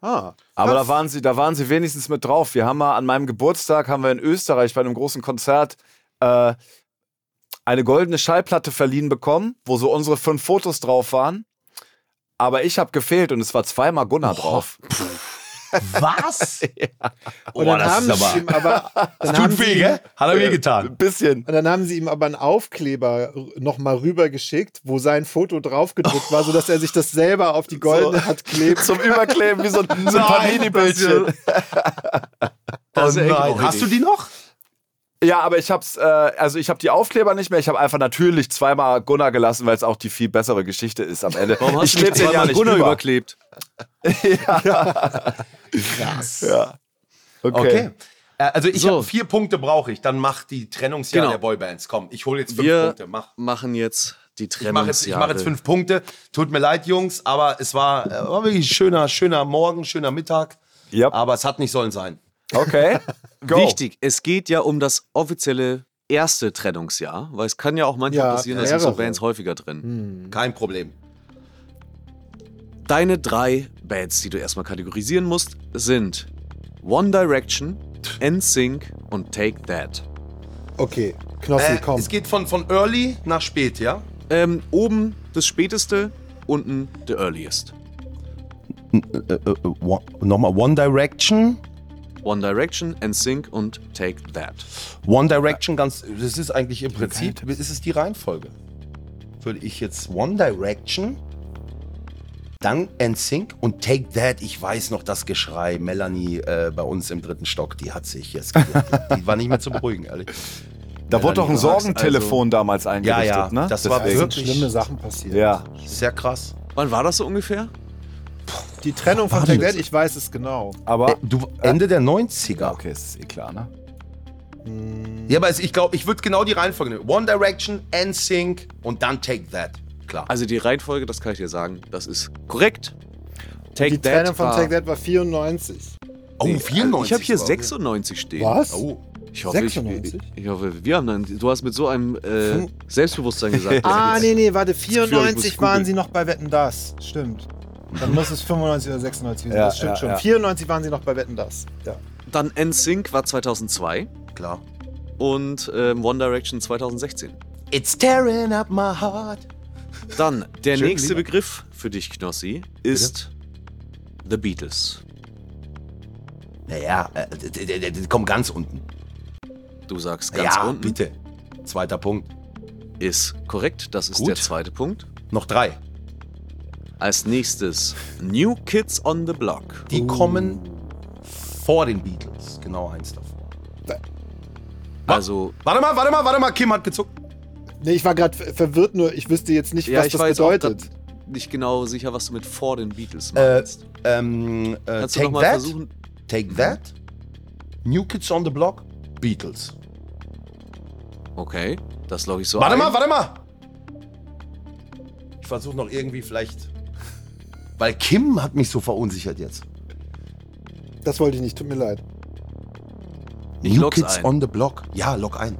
S5: Ah.
S12: Aber
S5: Was?
S12: da waren, sie, da waren sie wenigstens mit drauf. Wir haben mal an meinem Geburtstag, haben wir in Österreich bei einem großen Konzert äh, eine goldene Schallplatte verliehen bekommen, wo so unsere fünf Fotos drauf waren. Aber ich habe gefehlt und es war zweimal Gunnar drauf.
S3: Was?
S5: Und
S2: Oh,
S5: dann haben sie ihm aber. Dann haben sie, ihm-
S10: Hat er mir getan.
S12: Ein Äh, bisschen.
S5: und dann haben sie ihm aber einen Aufkleber nochmal rübergeschickt, wo sein Foto draufgedruckt war, sodass er sich das selber auf die Goldene hat kleben.
S12: Zum Überkleben, wie so ein, so ein Panini-Bildchen.
S2: Das ist echt auch
S3: Hast du
S2: richtig.
S3: die noch?
S12: Ja, aber ich hab's, äh, also ich hab die Aufkleber nicht mehr. Ich habe einfach natürlich zweimal Gunnar gelassen, weil es auch die viel bessere Geschichte ist am Ende.
S2: Warum hast
S12: ich
S2: du
S12: kleb
S2: nicht
S12: den ja
S2: zweimal
S12: nicht
S2: Gunnar
S12: über.
S2: überklebt?
S3: Krass.
S12: Ja. Okay.
S3: Okay. Äh, Also ich
S2: So.
S3: hab vier Punkte brauche ich, dann mach die Trennungsjahr
S2: Genau.
S3: der Boybands. Komm, ich hole jetzt fünf
S2: Wir
S3: Punkte. Mach.
S2: machen jetzt die
S3: Ich mache jetzt, ich
S2: Trennungsjahre.
S3: mach jetzt fünf Punkte. Tut mir leid, Jungs, aber es war, äh, war wirklich ein schöner, schöner Morgen, schöner Mittag.
S12: Yep.
S3: Aber es hat nicht sollen sein.
S12: Okay. Go.
S2: Wichtig, es geht ja um das offizielle erste Trennungsjahr, weil es kann ja auch manchmal
S5: Ja,
S2: passieren, dass sich so
S5: mehrere.
S2: Bands häufiger trennen.
S3: Kein Problem.
S2: Deine drei Bands, die du erstmal kategorisieren musst, sind One Direction, NSYNC und Take That.
S5: Okay, Knossi,
S3: Äh,
S5: komm.
S3: es geht von, von early nach spät, ja?
S2: Ähm, oben das späteste, unten the earliest.
S12: Nochmal One Direction.
S2: One Direction, NSYNC und Take That.
S3: One Direction ganz, das ist eigentlich im Prinzip, ist es die Reihenfolge. Würde ich jetzt One Direction, dann NSYNC und Take That, ich weiß noch das Geschrei, Melanie äh, bei uns im dritten Stock, die hat sich jetzt, die, die war nicht mehr zu beruhigen, ehrlich.
S4: Da wurde doch ein
S3: Melanie Marx,
S4: Sorgentelefon
S3: also-
S4: damals eingerichtet,
S3: ja, ja,
S4: ne?
S3: das war
S4: Deswegen.
S3: wirklich- Schlimme Sachen
S5: passiert.
S4: Ja.
S3: Sehr krass.
S2: Wann war das so ungefähr?
S5: Die Trennung von
S3: War
S5: Take
S3: die-
S5: That, ich weiß es genau.
S4: Aber
S3: Äh, du, Ende der 90er.
S4: Okay, ist eh klar, ne?
S3: Ja, aber es- ich glaube, ich würde genau die Reihenfolge nehmen. One Direction, NSYNC und dann Take That. Klar.
S2: Also die Reihenfolge, das kann ich dir sagen, das ist korrekt. Take
S5: Die Trennung von Take That war 94.
S3: Oh,
S2: Nee, äh,
S3: 94.
S2: Ich habe hier
S3: war-
S2: 96 stehen.
S5: Was?
S3: Oh.
S2: Ich hoffe,
S5: 96?
S2: Ich, ich hoffe, wir haben dann. Du hast mit so einem äh,
S5: Hm.
S2: Selbstbewusstsein gesagt. dass
S5: Ah,
S2: ich
S5: nee,
S2: jetzt-
S5: nee, warte,
S2: Ich muss
S5: 94 waren
S2: googeln.
S5: sie noch bei Wetten Das. Stimmt. Dann muss es 95 oder 96 sein.
S4: Ja,
S5: das stimmt
S4: ja,
S5: schon.
S4: ja.
S5: 94 waren sie noch bei Wetten Das. Ja.
S2: Dann NSYNC war 2002
S3: Klar.
S2: und ähm, One Direction 2016.
S3: It's tearing up my heart.
S2: Dann der
S3: Schön,
S2: nächste
S3: lieber.
S2: Begriff für dich, Knossi, ist The Beatles.
S3: Naja, äh, d- d- d- d- komm ganz unten.
S2: Du sagst ganz
S3: ja,
S2: unten.
S3: bitte. Zweiter Punkt.
S2: Ist korrekt, das ist
S3: Gut.
S2: der zweite Punkt.
S3: Noch drei.
S2: Als nächstes New Kids on the Block.
S4: Uh.
S3: Die kommen vor den Beatles. Genau eins davor.
S2: Also,
S3: Warte mal, warte mal, warte mal. Kim hat gezuckt.
S5: Nee, ich war gerade verwirrt, nur ich wüsste jetzt nicht,
S2: ja,
S5: was
S2: ich
S5: das
S2: war jetzt auch
S5: bedeutet.
S2: grad nicht genau sicher, was du mit vor den Beatles
S3: Äh,
S2: meinst.
S3: ähm, äh,
S2: Kannst du
S3: take
S2: nochmal
S3: That.
S2: versuchen?
S3: Take That. New Kids on the Block. Beatles.
S2: Okay, das logge ich so
S3: Warte
S2: ein.
S3: mal, warte mal. Ich versuche noch irgendwie vielleicht. Weil Kim hat mich so verunsichert jetzt.
S5: Das wollte ich nicht, tut mir leid.
S2: Ich
S3: New
S2: lock's
S3: Kids
S2: ein.
S3: on the Block. Ja, log ein.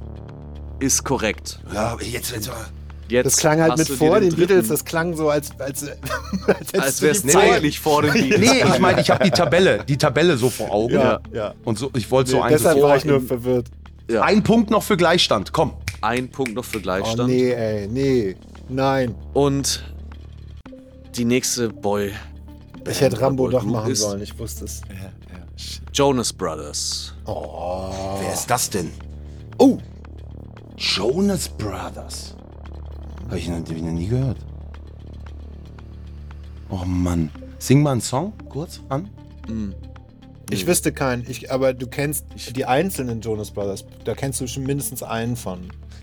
S2: Ist korrekt.
S3: Ja, aber jetzt, jetzt. äh.
S2: Jetzt
S5: Das klang halt
S2: hast
S5: mit
S2: du dir
S5: vor den,
S2: dritten-
S5: Beatles, das klang so, als, als, als, hättest
S2: als
S5: du
S2: wäre es
S5: die Zeit-
S2: zeitlich vor den Beatles.
S3: Nee, ich meine, ich habe die Tabelle, die Tabelle so vor Augen.
S5: Ja, ja.
S3: Und so, ich wollte so
S5: Nee,
S3: ein
S5: deshalb war ich nur
S3: in-
S5: verwirrt.
S2: Ja.
S3: Ein Punkt noch für Gleichstand. Komm.
S2: Ein Punkt noch für
S5: Oh,
S2: Gleichstand.
S5: nee, ey, nee, nein.
S2: Und die nächste Boy
S5: Ich hätte Rambo
S2: Boy
S5: doch
S2: Group
S5: machen
S2: ist-
S5: sollen, ich wusste es.
S2: Jonas Brothers.
S3: Wer ist das denn? Oh! Jonas Brothers. Habe ich, noch- hab ich noch nie gehört. Oh Mann. Sing mal einen Song kurz an.
S5: Ich wüsste keinen, Hm. ich, aber du kennst die einzelnen Jonas Brothers. Da kennst du schon mindestens einen von.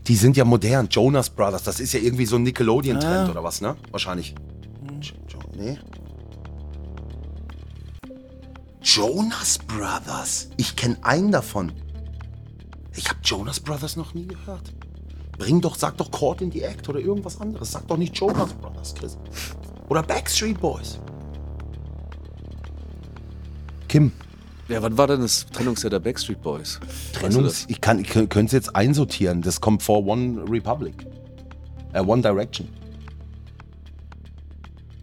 S3: Die sind ja modern. Jonas Brothers. Das ist ja irgendwie so ein Nickelodeon-Trend oder was, ne? Wahrscheinlich. Jo jo nee. Jonas Brothers. Ich kenne einen davon. Ich habe Jonas Brothers noch nie gehört. Bring doch, sag doch Court in the Act oder irgendwas anderes. Sag doch nicht Jonas Brothers, Chris. Oder Backstreet Boys. Kim,
S2: Ja, wann war denn das Trennungsjahr der Backstreet Boys?
S3: Trennungs. Ich kann, ich könnte es jetzt einsortieren. Das kommt vor One Republic. Äh, One Direction.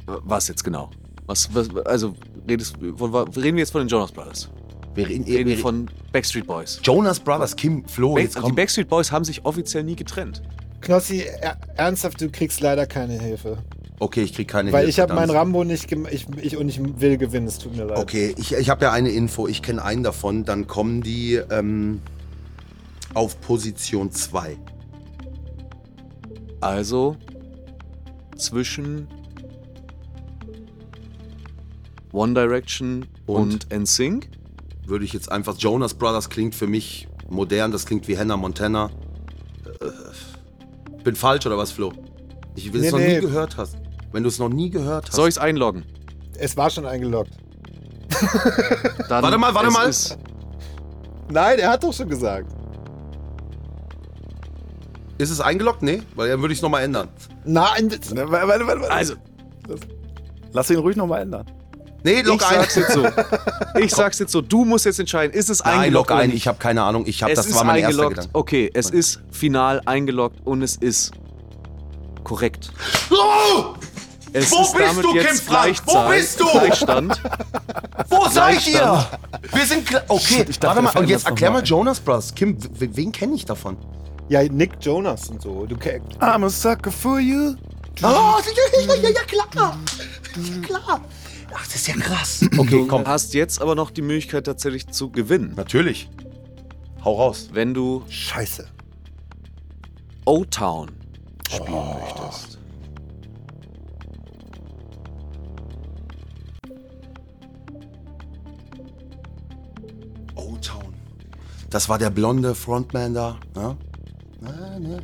S2: Was jetzt genau? Was, was also redest, von, reden wir jetzt von den Jonas Brothers?
S3: Wir reden,
S2: Reden wir
S3: wir-
S2: von Backstreet Boys?
S3: Jonas Brothers, Kim,
S2: Back-
S3: Flo,
S2: also,
S3: jetzt
S2: die
S3: komm.
S2: Backstreet Boys haben sich offiziell nie getrennt.
S5: Knossi, er, ernsthaft, du kriegst leider keine Hilfe.
S3: Okay, ich krieg keine
S5: Weil
S3: Hilfe,
S5: ich habe
S3: dann-
S5: meinen Rambo nicht gemacht ich, ich, und ich will gewinnen, es tut mir leid.
S3: Okay, ich, ich habe ja eine Info, ich kenne einen davon, dann kommen die ähm, auf Position 2.
S2: Also zwischen One Direction und,
S3: Und?
S2: NSYNC.
S3: Würde ich jetzt einfach, Jonas Brothers klingt für mich modern, das klingt wie Hannah Montana. Äh, bin falsch oder was, Flo? Ich will es
S5: Nee,
S3: noch nie
S5: nee.
S3: gehört hast. Wenn du es noch nie gehört hast.
S2: Soll ich es einloggen?
S5: Es war schon eingeloggt.
S2: Dann
S3: Warte mal, warte
S2: es
S3: mal.
S2: Ist,
S5: Nein, er hat doch schon gesagt.
S3: Ist es eingeloggt? Nee, weil dann würde ich es nochmal ändern.
S5: Nein, das-
S4: Warte, warte, warte, warte.
S2: also,
S4: Lass ihn ruhig nochmal ändern.
S3: Nee, log
S2: ich
S3: ein.
S2: sag's jetzt so. Ich sag's jetzt so. Du musst jetzt entscheiden, ist es
S3: Nein,
S2: eingeloggt
S3: log
S2: oder
S3: ein,
S2: nicht?
S3: ich habe keine Ahnung. Ich hab,
S2: es
S3: das
S2: ist
S3: war mein erster
S2: eingeloggt.
S3: Gedanke.
S2: Okay, es ist final eingeloggt und es ist korrekt.
S3: Oh!
S2: Es
S3: Wo
S2: ist
S3: bist
S2: damit
S3: du, Kim
S2: jetzt
S3: Frank?
S2: Gleichzahl-
S3: Wo bist du?
S2: Gleichstand.
S3: Wo seid ihr?
S2: Gleichstand.
S3: Wir sind klar. Okay, warte mal. Und jetzt erklär mal Jonas Brothers. Kim, w- wen kenne ich davon?
S5: ja, Nick Jonas und so. Du ke-
S4: I'm a sucker for you.
S3: Oh, ja, ja, ja, ja, klar. Ja, klar.
S2: Ach, das ist ja krass. Okay, komm. Du hast jetzt aber noch die Möglichkeit tatsächlich zu gewinnen.
S3: Natürlich. Hau raus.
S2: Wenn du
S3: Scheiße.
S2: O-Town spielen möchtest.
S3: O-Town. Das war der blonde Frontman da. Ne? Na, ne?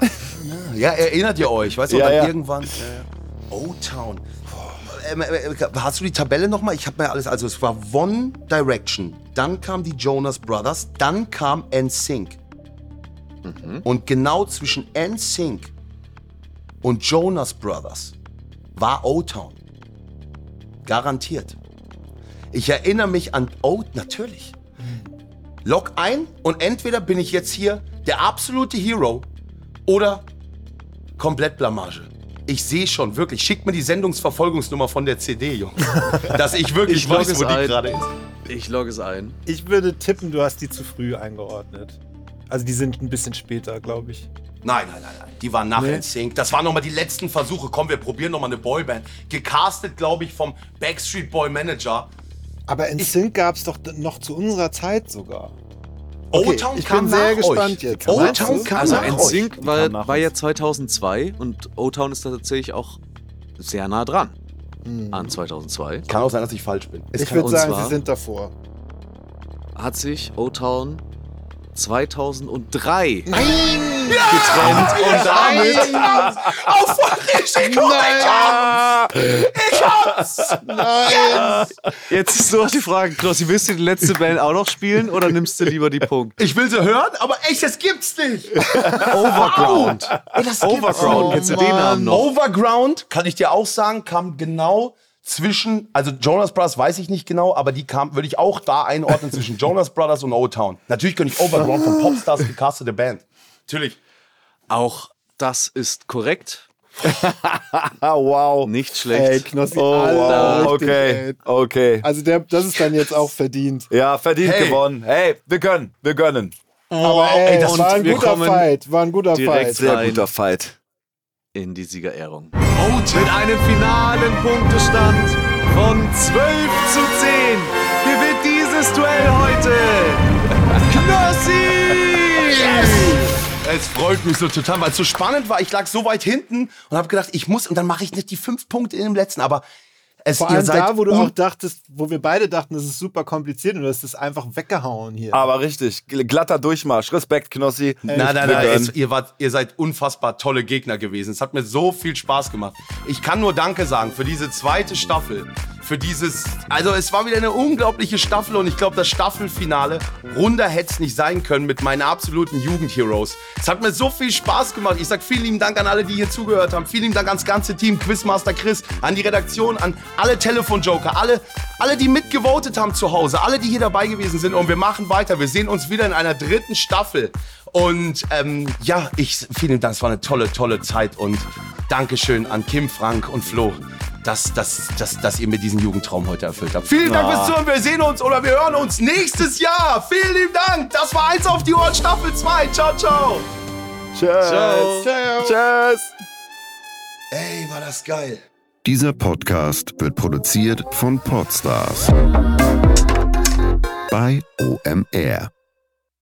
S3: Na, Ja, erinnert ihr euch, weißt du,
S4: Ja,
S3: und dann
S4: ja.
S3: irgendwann. O-Town. Ähm, äh, äh, Hast du die Tabelle nochmal? Ich habe mir alles. Also, es war One Direction, dann kam die Jonas Brothers, dann kam NSYNC. Und genau zwischen NSYNC und Jonas Brothers war O-Town. Garantiert. Ich erinnere mich an O, natürlich. Log ein und entweder bin ich jetzt hier der absolute Hero oder komplett Blamage. Ich sehe schon, wirklich, schickt mir die Sendungsverfolgungsnummer von der CD, Junge. Dass ich wirklich
S2: Ich log
S3: weiß,
S2: es
S3: wo die
S2: ein.
S3: gerade ist.
S2: Ich logge es ein.
S5: Ich würde tippen, du hast die zu früh eingeordnet. Also die sind ein bisschen später, glaube ich.
S3: Nein, nein, nein, nein. Die waren nach
S5: Nee.
S3: NSYNC. Das waren nochmal die letzten Versuche. Komm, wir probieren nochmal eine Boyband. Gecastet, glaube ich, vom Backstreet Boy Manager.
S5: Aber in Sync gab es doch d- noch zu unserer Zeit sogar.
S3: O-Town
S5: ich
S3: kam
S5: bin sehr
S3: nach
S5: gespannt
S3: euch.
S5: jetzt.
S3: O-Town
S5: Meinst du?
S3: kam
S2: Also
S3: nach euch.
S2: NSYNC
S3: Die
S2: war,
S3: kamen nach
S2: war ja 2002 und O-Town ist da tatsächlich auch sehr nah dran
S3: Hm.
S2: an 2002.
S3: Kann auch sein, dass ich falsch bin.
S5: Ich würde sagen,
S2: zwar
S5: sie sind davor.
S2: hat sich O-Town 2003
S5: Nein!
S2: getrennt und damit
S3: Auf richtig
S5: Oh
S2: Nein!
S3: Ich hab's!
S5: Nein!
S2: Jetzt ist nur noch die Frage, Knossi, willst du die letzte Band auch noch spielen oder nimmst du lieber die Punkte?
S3: Ich will sie hören, aber echt, das gibt's nicht.
S2: Overground.
S3: Ey, das gibt's
S2: Overground,
S3: nicht.
S2: kennst du den Namen noch?
S3: Overground, kann ich dir auch sagen, kam genau zwischen, also Jonas Brothers weiß ich nicht genau, aber die kam, würde ich auch da einordnen zwischen Jonas Brothers und O-Town. Natürlich könnte ich Overground von Popstars gecastete Band. Natürlich.
S2: Auch das ist korrekt.
S4: wow.
S2: Nicht
S5: Ey,
S2: schlecht.
S5: Knossi,
S4: Oh,
S5: Alter,
S4: wow.
S5: richtig,
S4: Okay,
S5: ey.
S4: okay.
S5: Also der, das ist dann jetzt auch verdient.
S4: Ja, verdient
S3: Hey.
S4: gewonnen. Hey, wir gönnen, wir gönnen.
S5: Aber ey,
S3: ey, das
S5: war ein
S2: wir
S5: guter
S2: kommen
S5: Fight, war ein guter
S2: direkt
S5: Fight.
S4: Sehr
S2: Nein.
S4: guter Fight.
S2: In die Siegerehrung. Mit
S3: O-Town.
S2: einem finalen Punktestand von 12 zu 10 gewinnt dieses Duell heute Knossi!
S3: Es freut mich so total, weil es so spannend war. Ich lag so weit hinten und habe gedacht, ich muss, und dann mache ich nicht die fünf Punkte in dem letzten, aber es
S5: Vor
S3: ihr
S5: allem
S3: seid
S5: da, wo du
S3: un-
S5: auch dachtest, wo wir beide dachten, das ist super kompliziert und du hast es einfach weggehauen hier.
S4: Aber richtig, gl- glatter Durchmarsch. Respekt, Knossi.
S2: Äh,
S3: Nein, nein,
S4: Wir
S3: nein,
S4: gönnen.
S3: es, ihr, wart, ihr seid unfassbar tolle Gegner gewesen. Es hat mir so viel Spaß gemacht. Ich kann nur Danke sagen für diese zweite Staffel. Für dieses, also es war wieder eine unglaubliche Staffel und ich glaube, das Staffelfinale runder hätte es nicht sein können mit meinen absoluten Jugendheroes. Es hat mir so viel Spaß gemacht. Ich sag vielen lieben Dank an alle, die hier zugehört haben. Vielen lieben Dank ans ganze Team, Quizmaster Chris, an die Redaktion, an alle Telefonjoker, alle, alle, die mitgevotet haben zu Hause, alle, die hier dabei gewesen sind. Und wir machen weiter. Wir sehen uns wieder in einer dritten Staffel. Und ähm, ja, ich vielen Dank, es war eine tolle, tolle Zeit und Dankeschön an Kim, Frank und Flo, dass, dass, dass, dass ihr mir diesen Jugendtraum heute erfüllt habt. Vielen Dank fürs Zuhören, wir sehen uns oder wir hören uns nächstes Jahr. Vielen lieben Dank, das war eins auf die Ohren, Staffel 2. Ciao, ciao.
S4: Tschüss. Tschüss.
S3: Ey, war das geil.
S13: Dieser Podcast wird produziert von Podstars bei OMR.